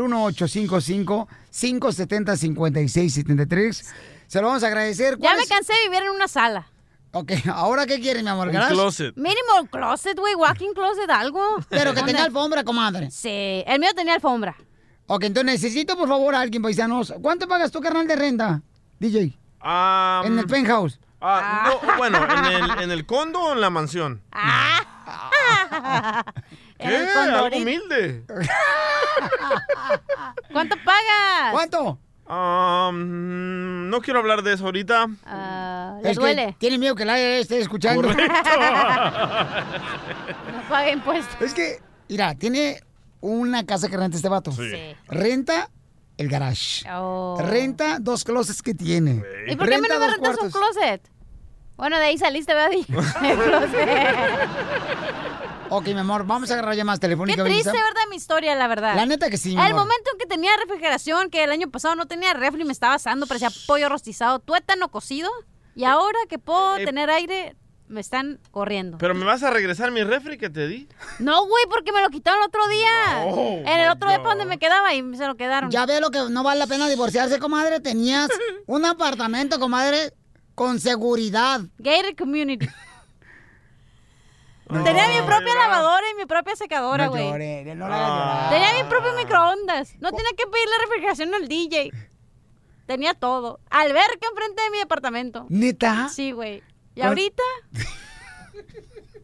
Speaker 2: 1855-570-5673. Se lo vamos a agradecer.
Speaker 11: Ya
Speaker 2: ¿Cuál
Speaker 11: me
Speaker 2: es?
Speaker 11: cansé de vivir en una sala.
Speaker 2: Ok, ¿ahora qué quieren, mi amor?
Speaker 3: Un
Speaker 2: ¿Garage?
Speaker 3: closet.
Speaker 11: Mínimo un closet, güey. Walking closet, algo.
Speaker 2: Pero que tenga
Speaker 11: Onda.
Speaker 2: alfombra, comadre.
Speaker 11: Sí, eh, el mío tenía alfombra.
Speaker 2: Ok, entonces necesito, por favor, a alguien, paisanos. ¿Cuánto pagas tú, carnal, de renta, DJ?
Speaker 3: Ah,
Speaker 2: en el penthouse.
Speaker 3: ah, no, bueno, ¿en el, ¿en el condo o en la mansión?
Speaker 2: Ah.
Speaker 11: En
Speaker 3: ¿Qué?
Speaker 11: el
Speaker 3: Algo
Speaker 11: condorín.
Speaker 3: humilde.
Speaker 11: ¿Cuánto pagas?
Speaker 2: ¿Cuánto?
Speaker 3: Ah, mm, no quiero hablar de eso ahorita.
Speaker 11: Ah,
Speaker 2: Es
Speaker 11: ¿Les
Speaker 2: que
Speaker 11: duele?
Speaker 2: tiene miedo que la esté escuchando.
Speaker 11: No paga impuestos.
Speaker 2: es que, mira, tiene una casa que renta este vato.
Speaker 11: Sí.
Speaker 2: Renta el garage.
Speaker 11: Oh.
Speaker 2: Renta dos closets que tiene.
Speaker 11: ¿Y por qué a mí no me rentas un closet? Bueno, de ahí saliste, ¿verdad? Di? El closet.
Speaker 2: Ok, mi amor, vamos a agarrar llamadas
Speaker 11: Qué
Speaker 2: telefónicas.
Speaker 11: triste,
Speaker 2: Melissa.
Speaker 11: ¿verdad? Mi historia, la verdad.
Speaker 2: La neta que sí, mi
Speaker 11: El
Speaker 2: amor.
Speaker 11: momento en que tenía refrigeración, que el año pasado no tenía refri, me estaba asando, parecía pollo rostizado, tuétano cocido. Y
Speaker 2: Eh,
Speaker 11: ahora que puedo tener aire, me están corriendo.
Speaker 3: Pero me vas a regresar mi refri que te di.
Speaker 11: No, güey, porque me lo quitaron el otro día.
Speaker 3: Oh,
Speaker 11: en el otro depa donde me quedaba y se lo quedaron.
Speaker 2: Ya ve lo que no vale la pena divorciarse, comadre. Tenías un apartamento, comadre, con seguridad.
Speaker 11: Gated community. Tenía mi propia lavadora y mi propia secadora,
Speaker 2: No
Speaker 11: güey. Ah.
Speaker 2: llores, no la hagas llorar.
Speaker 11: Tenía mi propio microondas. No tenía que pedirle refrigeración al DJ. Tenía todo. Alberca enfrente de mi apartamento.
Speaker 2: ¿Neta?
Speaker 11: Sí, güey. Y
Speaker 2: ¿Cuál-
Speaker 11: ahorita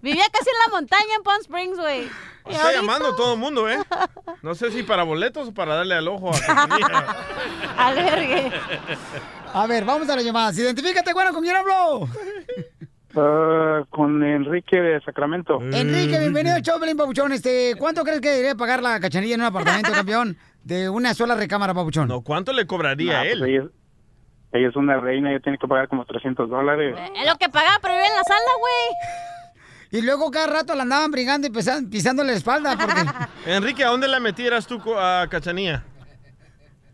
Speaker 11: Vivía casi en la montaña en Palm Springs, güey. Y
Speaker 3: Está
Speaker 11: ahorita-
Speaker 3: llamando todo el mundo, ¿eh? No sé si para boletos o para darle al ojo a compañía.
Speaker 11: Alergue.
Speaker 2: A ver, vamos a las llamadas. Identifícate, bueno, ¿con quién habló?
Speaker 25: Ah, con Enrique de Sacramento.
Speaker 3: Mm,
Speaker 2: Enrique, bienvenido al show, Pelín Papuchón. Este, ¿Cuánto crees que debería pagar la cachanilla en un apartamento, campeón? De una sola recámara, Papuchón. No,
Speaker 3: ¿Cuánto le cobraría
Speaker 25: Ah,
Speaker 3: él?
Speaker 25: pues ella, es- ella es una reina, ella tiene que pagar como 300 dólares.
Speaker 2: Eh.
Speaker 11: Es lo que pagaba por vivir en la sala, güey.
Speaker 2: Y luego cada rato la andaban brigando y pesa- pisándole la espalda. Porque...
Speaker 3: Enrique, ¿a dónde la metieras tú co- a Cachanía?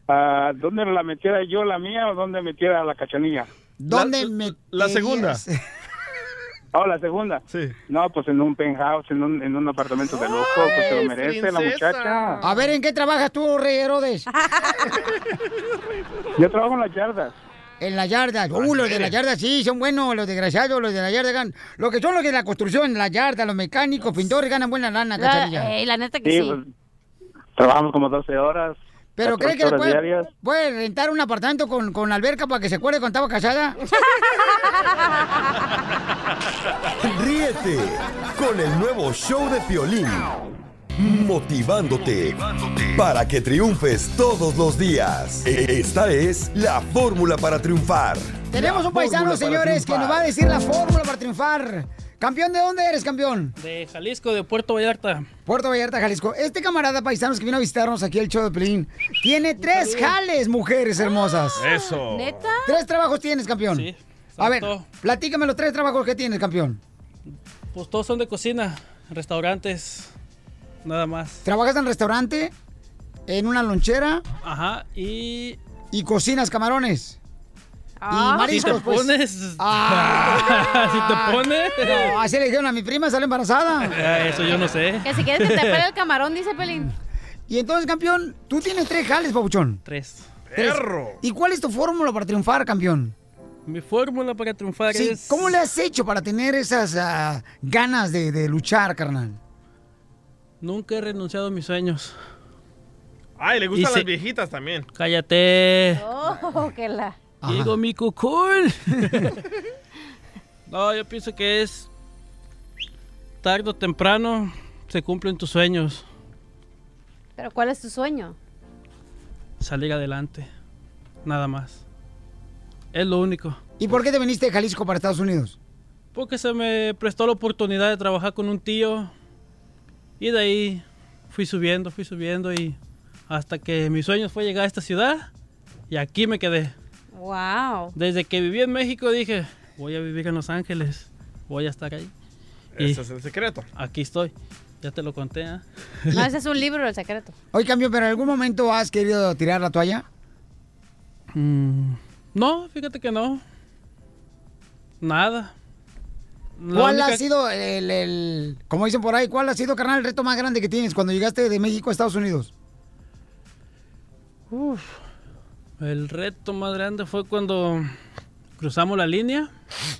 Speaker 25: Ah, ¿Dónde la metiera yo la mía o dónde metiera la cachanilla?
Speaker 2: ¿Dónde
Speaker 25: la,
Speaker 2: meterías?
Speaker 25: La segunda. Oh, la segunda.
Speaker 3: Sí.
Speaker 25: No, pues en un penthouse, en un, en un apartamento de lujo, pues se lo merece la muchacha.
Speaker 2: A ver, ¿en qué trabajas tú, Rey Herodes?
Speaker 25: Yo trabajo en las yardas.
Speaker 2: En la yarda. Uh, los de la yarda sí, son buenos, los desgraciados, los de la yarda ganan. Lo que son los de la construcción, la yarda, los mecánicos, pintores, ganan buena lana, cachanilla.
Speaker 11: La, eh, la neta que
Speaker 25: Sí,
Speaker 11: sí.
Speaker 25: pues, trabajamos como 12 horas.
Speaker 2: Pero ¿cree
Speaker 25: 14
Speaker 2: que le puede,
Speaker 25: horas diarias.
Speaker 2: puede rentar un apartamento con, con alberca para que se acuerde cuando estaba casada?
Speaker 5: Ríete con el nuevo show de Piolín. Motivándote para que triunfes todos los días. E- Esta es la fórmula para triunfar.
Speaker 2: Tenemos
Speaker 5: La
Speaker 2: un paisano,
Speaker 5: fórmula para
Speaker 2: señores, que
Speaker 5: triunfar.
Speaker 2: nos va a decir la fórmula para triunfar. Campeón, ¿de dónde eres, campeón?
Speaker 14: De Jalisco, de Puerto Vallarta.
Speaker 2: Puerto Vallarta, Jalisco. Este camarada paisanos que vino a visitarnos aquí el show de Pelín tiene tres jales, mujeres hermosas.
Speaker 3: Eso.
Speaker 11: ¿Neta?
Speaker 2: Tres trabajos tienes, campeón. a ver, platícame los tres trabajos que tienes, campeón.
Speaker 14: Pues todos son de cocina, restaurantes, nada más.
Speaker 2: Trabajas en restaurante, en una lonchera
Speaker 14: Ajá, y...
Speaker 2: y cocinas camarones.
Speaker 11: Ah.
Speaker 2: Y mariscos,
Speaker 14: si te pones...
Speaker 2: pues. Ah.
Speaker 14: si te pones...
Speaker 2: No, así le dijeron a mi prima, sale embarazada.
Speaker 14: Ah, Eso yo no sé.
Speaker 11: Que si quieres que te pare el camarón, dice Pelín.
Speaker 2: Y entonces, campeón, tú tienes tres jales, papuchón.
Speaker 14: Tres.
Speaker 2: Tres. ¿Y cuál es tu fórmula para triunfar, campeón?
Speaker 14: Mi fórmula para triunfar
Speaker 2: Sí,
Speaker 14: es...
Speaker 2: ¿Cómo le has hecho para tener esas ah, ganas de, de luchar, carnal?
Speaker 14: Nunca he renunciado a mis sueños.
Speaker 3: Ay, le gustan
Speaker 14: Y
Speaker 3: las
Speaker 14: se-
Speaker 3: viejitas también. Eh.
Speaker 14: ¡Cállate!
Speaker 11: Oh, que la.
Speaker 14: Digo mi cucul. no, yo pienso que es... Tarde o temprano se cumplen tus sueños.
Speaker 11: Pero ¿cuál es tu sueño?
Speaker 14: Salir adelante. Nada más. Es lo único.
Speaker 2: ¿Y por qué te viniste de Jalisco para Estados Unidos?
Speaker 14: Porque se me prestó la oportunidad de trabajar con un tío y de ahí fui subiendo, fui subiendo y hasta que mi sueño fue llegar a esta ciudad y aquí me quedé.
Speaker 11: Wow.
Speaker 14: Desde que viví en México dije, voy a vivir en Los Ángeles, voy a estar ahí.
Speaker 3: Ese es el secreto.
Speaker 14: Aquí estoy, ya te lo conté. ¿ah?
Speaker 11: No, ese es un libro, el secreto.
Speaker 2: Oye, cambio, pero en algún momento has querido tirar la toalla. Mm.
Speaker 14: No, fíjate que no. Nada. La
Speaker 2: ¿Cuál
Speaker 14: única-
Speaker 2: ha sido el, el- como dicen por ahí, cuál ha sido, carnal, el reto más grande que tienes cuando llegaste de México a Estados Unidos?
Speaker 14: Uf, el reto más grande fue cuando cruzamos la línea.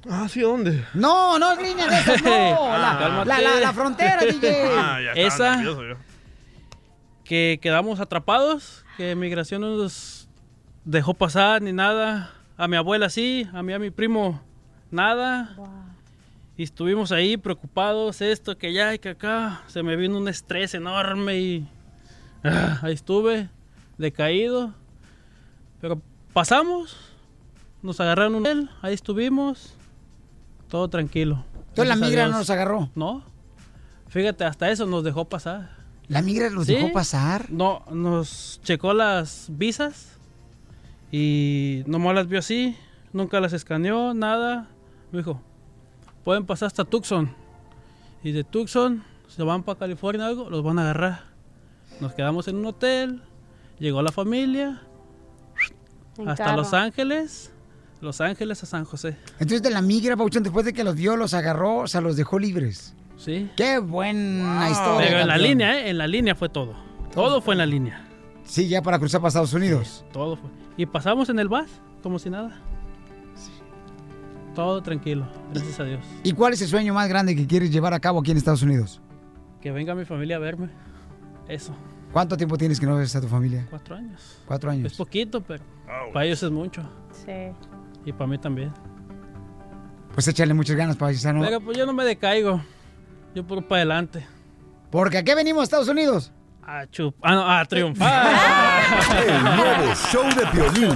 Speaker 3: Ah, sí, ¿dónde?
Speaker 2: No, no es línea de esas, no. la,
Speaker 14: Ah.
Speaker 2: la- la- la frontera, DJ.
Speaker 3: Ah, ya estaba
Speaker 14: Esa.
Speaker 3: nervioso yo.
Speaker 14: que quedamos atrapados, que migración no nos dejó pasar ni nada. A mi abuela sí, a mí a mi primo nada. Y estuvimos ahí preocupados, esto, que ya y que acá. Se me vino un estrés enorme y ah, ahí estuve, decaído. Pero pasamos, nos agarraron un hotel, ahí estuvimos, todo tranquilo.
Speaker 2: Entonces la
Speaker 14: Gracias a
Speaker 2: migra
Speaker 14: Dios.
Speaker 2: no nos agarró.
Speaker 14: No, fíjate, hasta eso nos dejó pasar.
Speaker 2: La migra los
Speaker 14: Sí.
Speaker 2: dejó pasar.
Speaker 14: No, nos checó las visas y nomás las vio así, nunca las escaneó, nada. Me dijo, pueden pasar hasta Tucson. Y de Tucson se van para California o algo, los van a agarrar. Nos quedamos en un hotel, llegó la familia,
Speaker 2: En
Speaker 14: hasta
Speaker 2: carro.
Speaker 14: Los Ángeles, Los Ángeles a San José.
Speaker 2: Entonces de la migra, Pauchón, después de que los vio, los agarró, o sea, los dejó libres.
Speaker 14: Sí.
Speaker 2: Qué buena historia.
Speaker 14: Pero en la
Speaker 2: campeón.
Speaker 14: línea, ¿eh? en la línea fue todo. Todo fue en la línea,
Speaker 2: Sí, ya para cruzar para Estados Unidos.
Speaker 14: todo fue. Y pasamos en el bus, como si nada. Todo tranquilo, gracias a Dios.
Speaker 2: ¿Y cuál es el sueño más grande que quieres llevar a cabo aquí en Estados Unidos?
Speaker 14: Que venga mi familia a verme. Eso,
Speaker 2: ¿Cuánto tiempo tienes que no ves a tu familia?
Speaker 14: cuatro años.
Speaker 2: Cuatro años.
Speaker 14: Es poquito, pero para ellos es mucho.
Speaker 11: Sí.
Speaker 14: Y para mí también.
Speaker 2: Pues échale muchas ganas, paisano.
Speaker 5: Ah,
Speaker 14: Pero pues yo no me decaigo.
Speaker 13: Yo por para adelante.
Speaker 2: Porque aquí venimos a Estados Unidos.
Speaker 13: A chup- ah, no, a triunfar.
Speaker 5: El nuevo show de violín.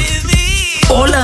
Speaker 16: Hola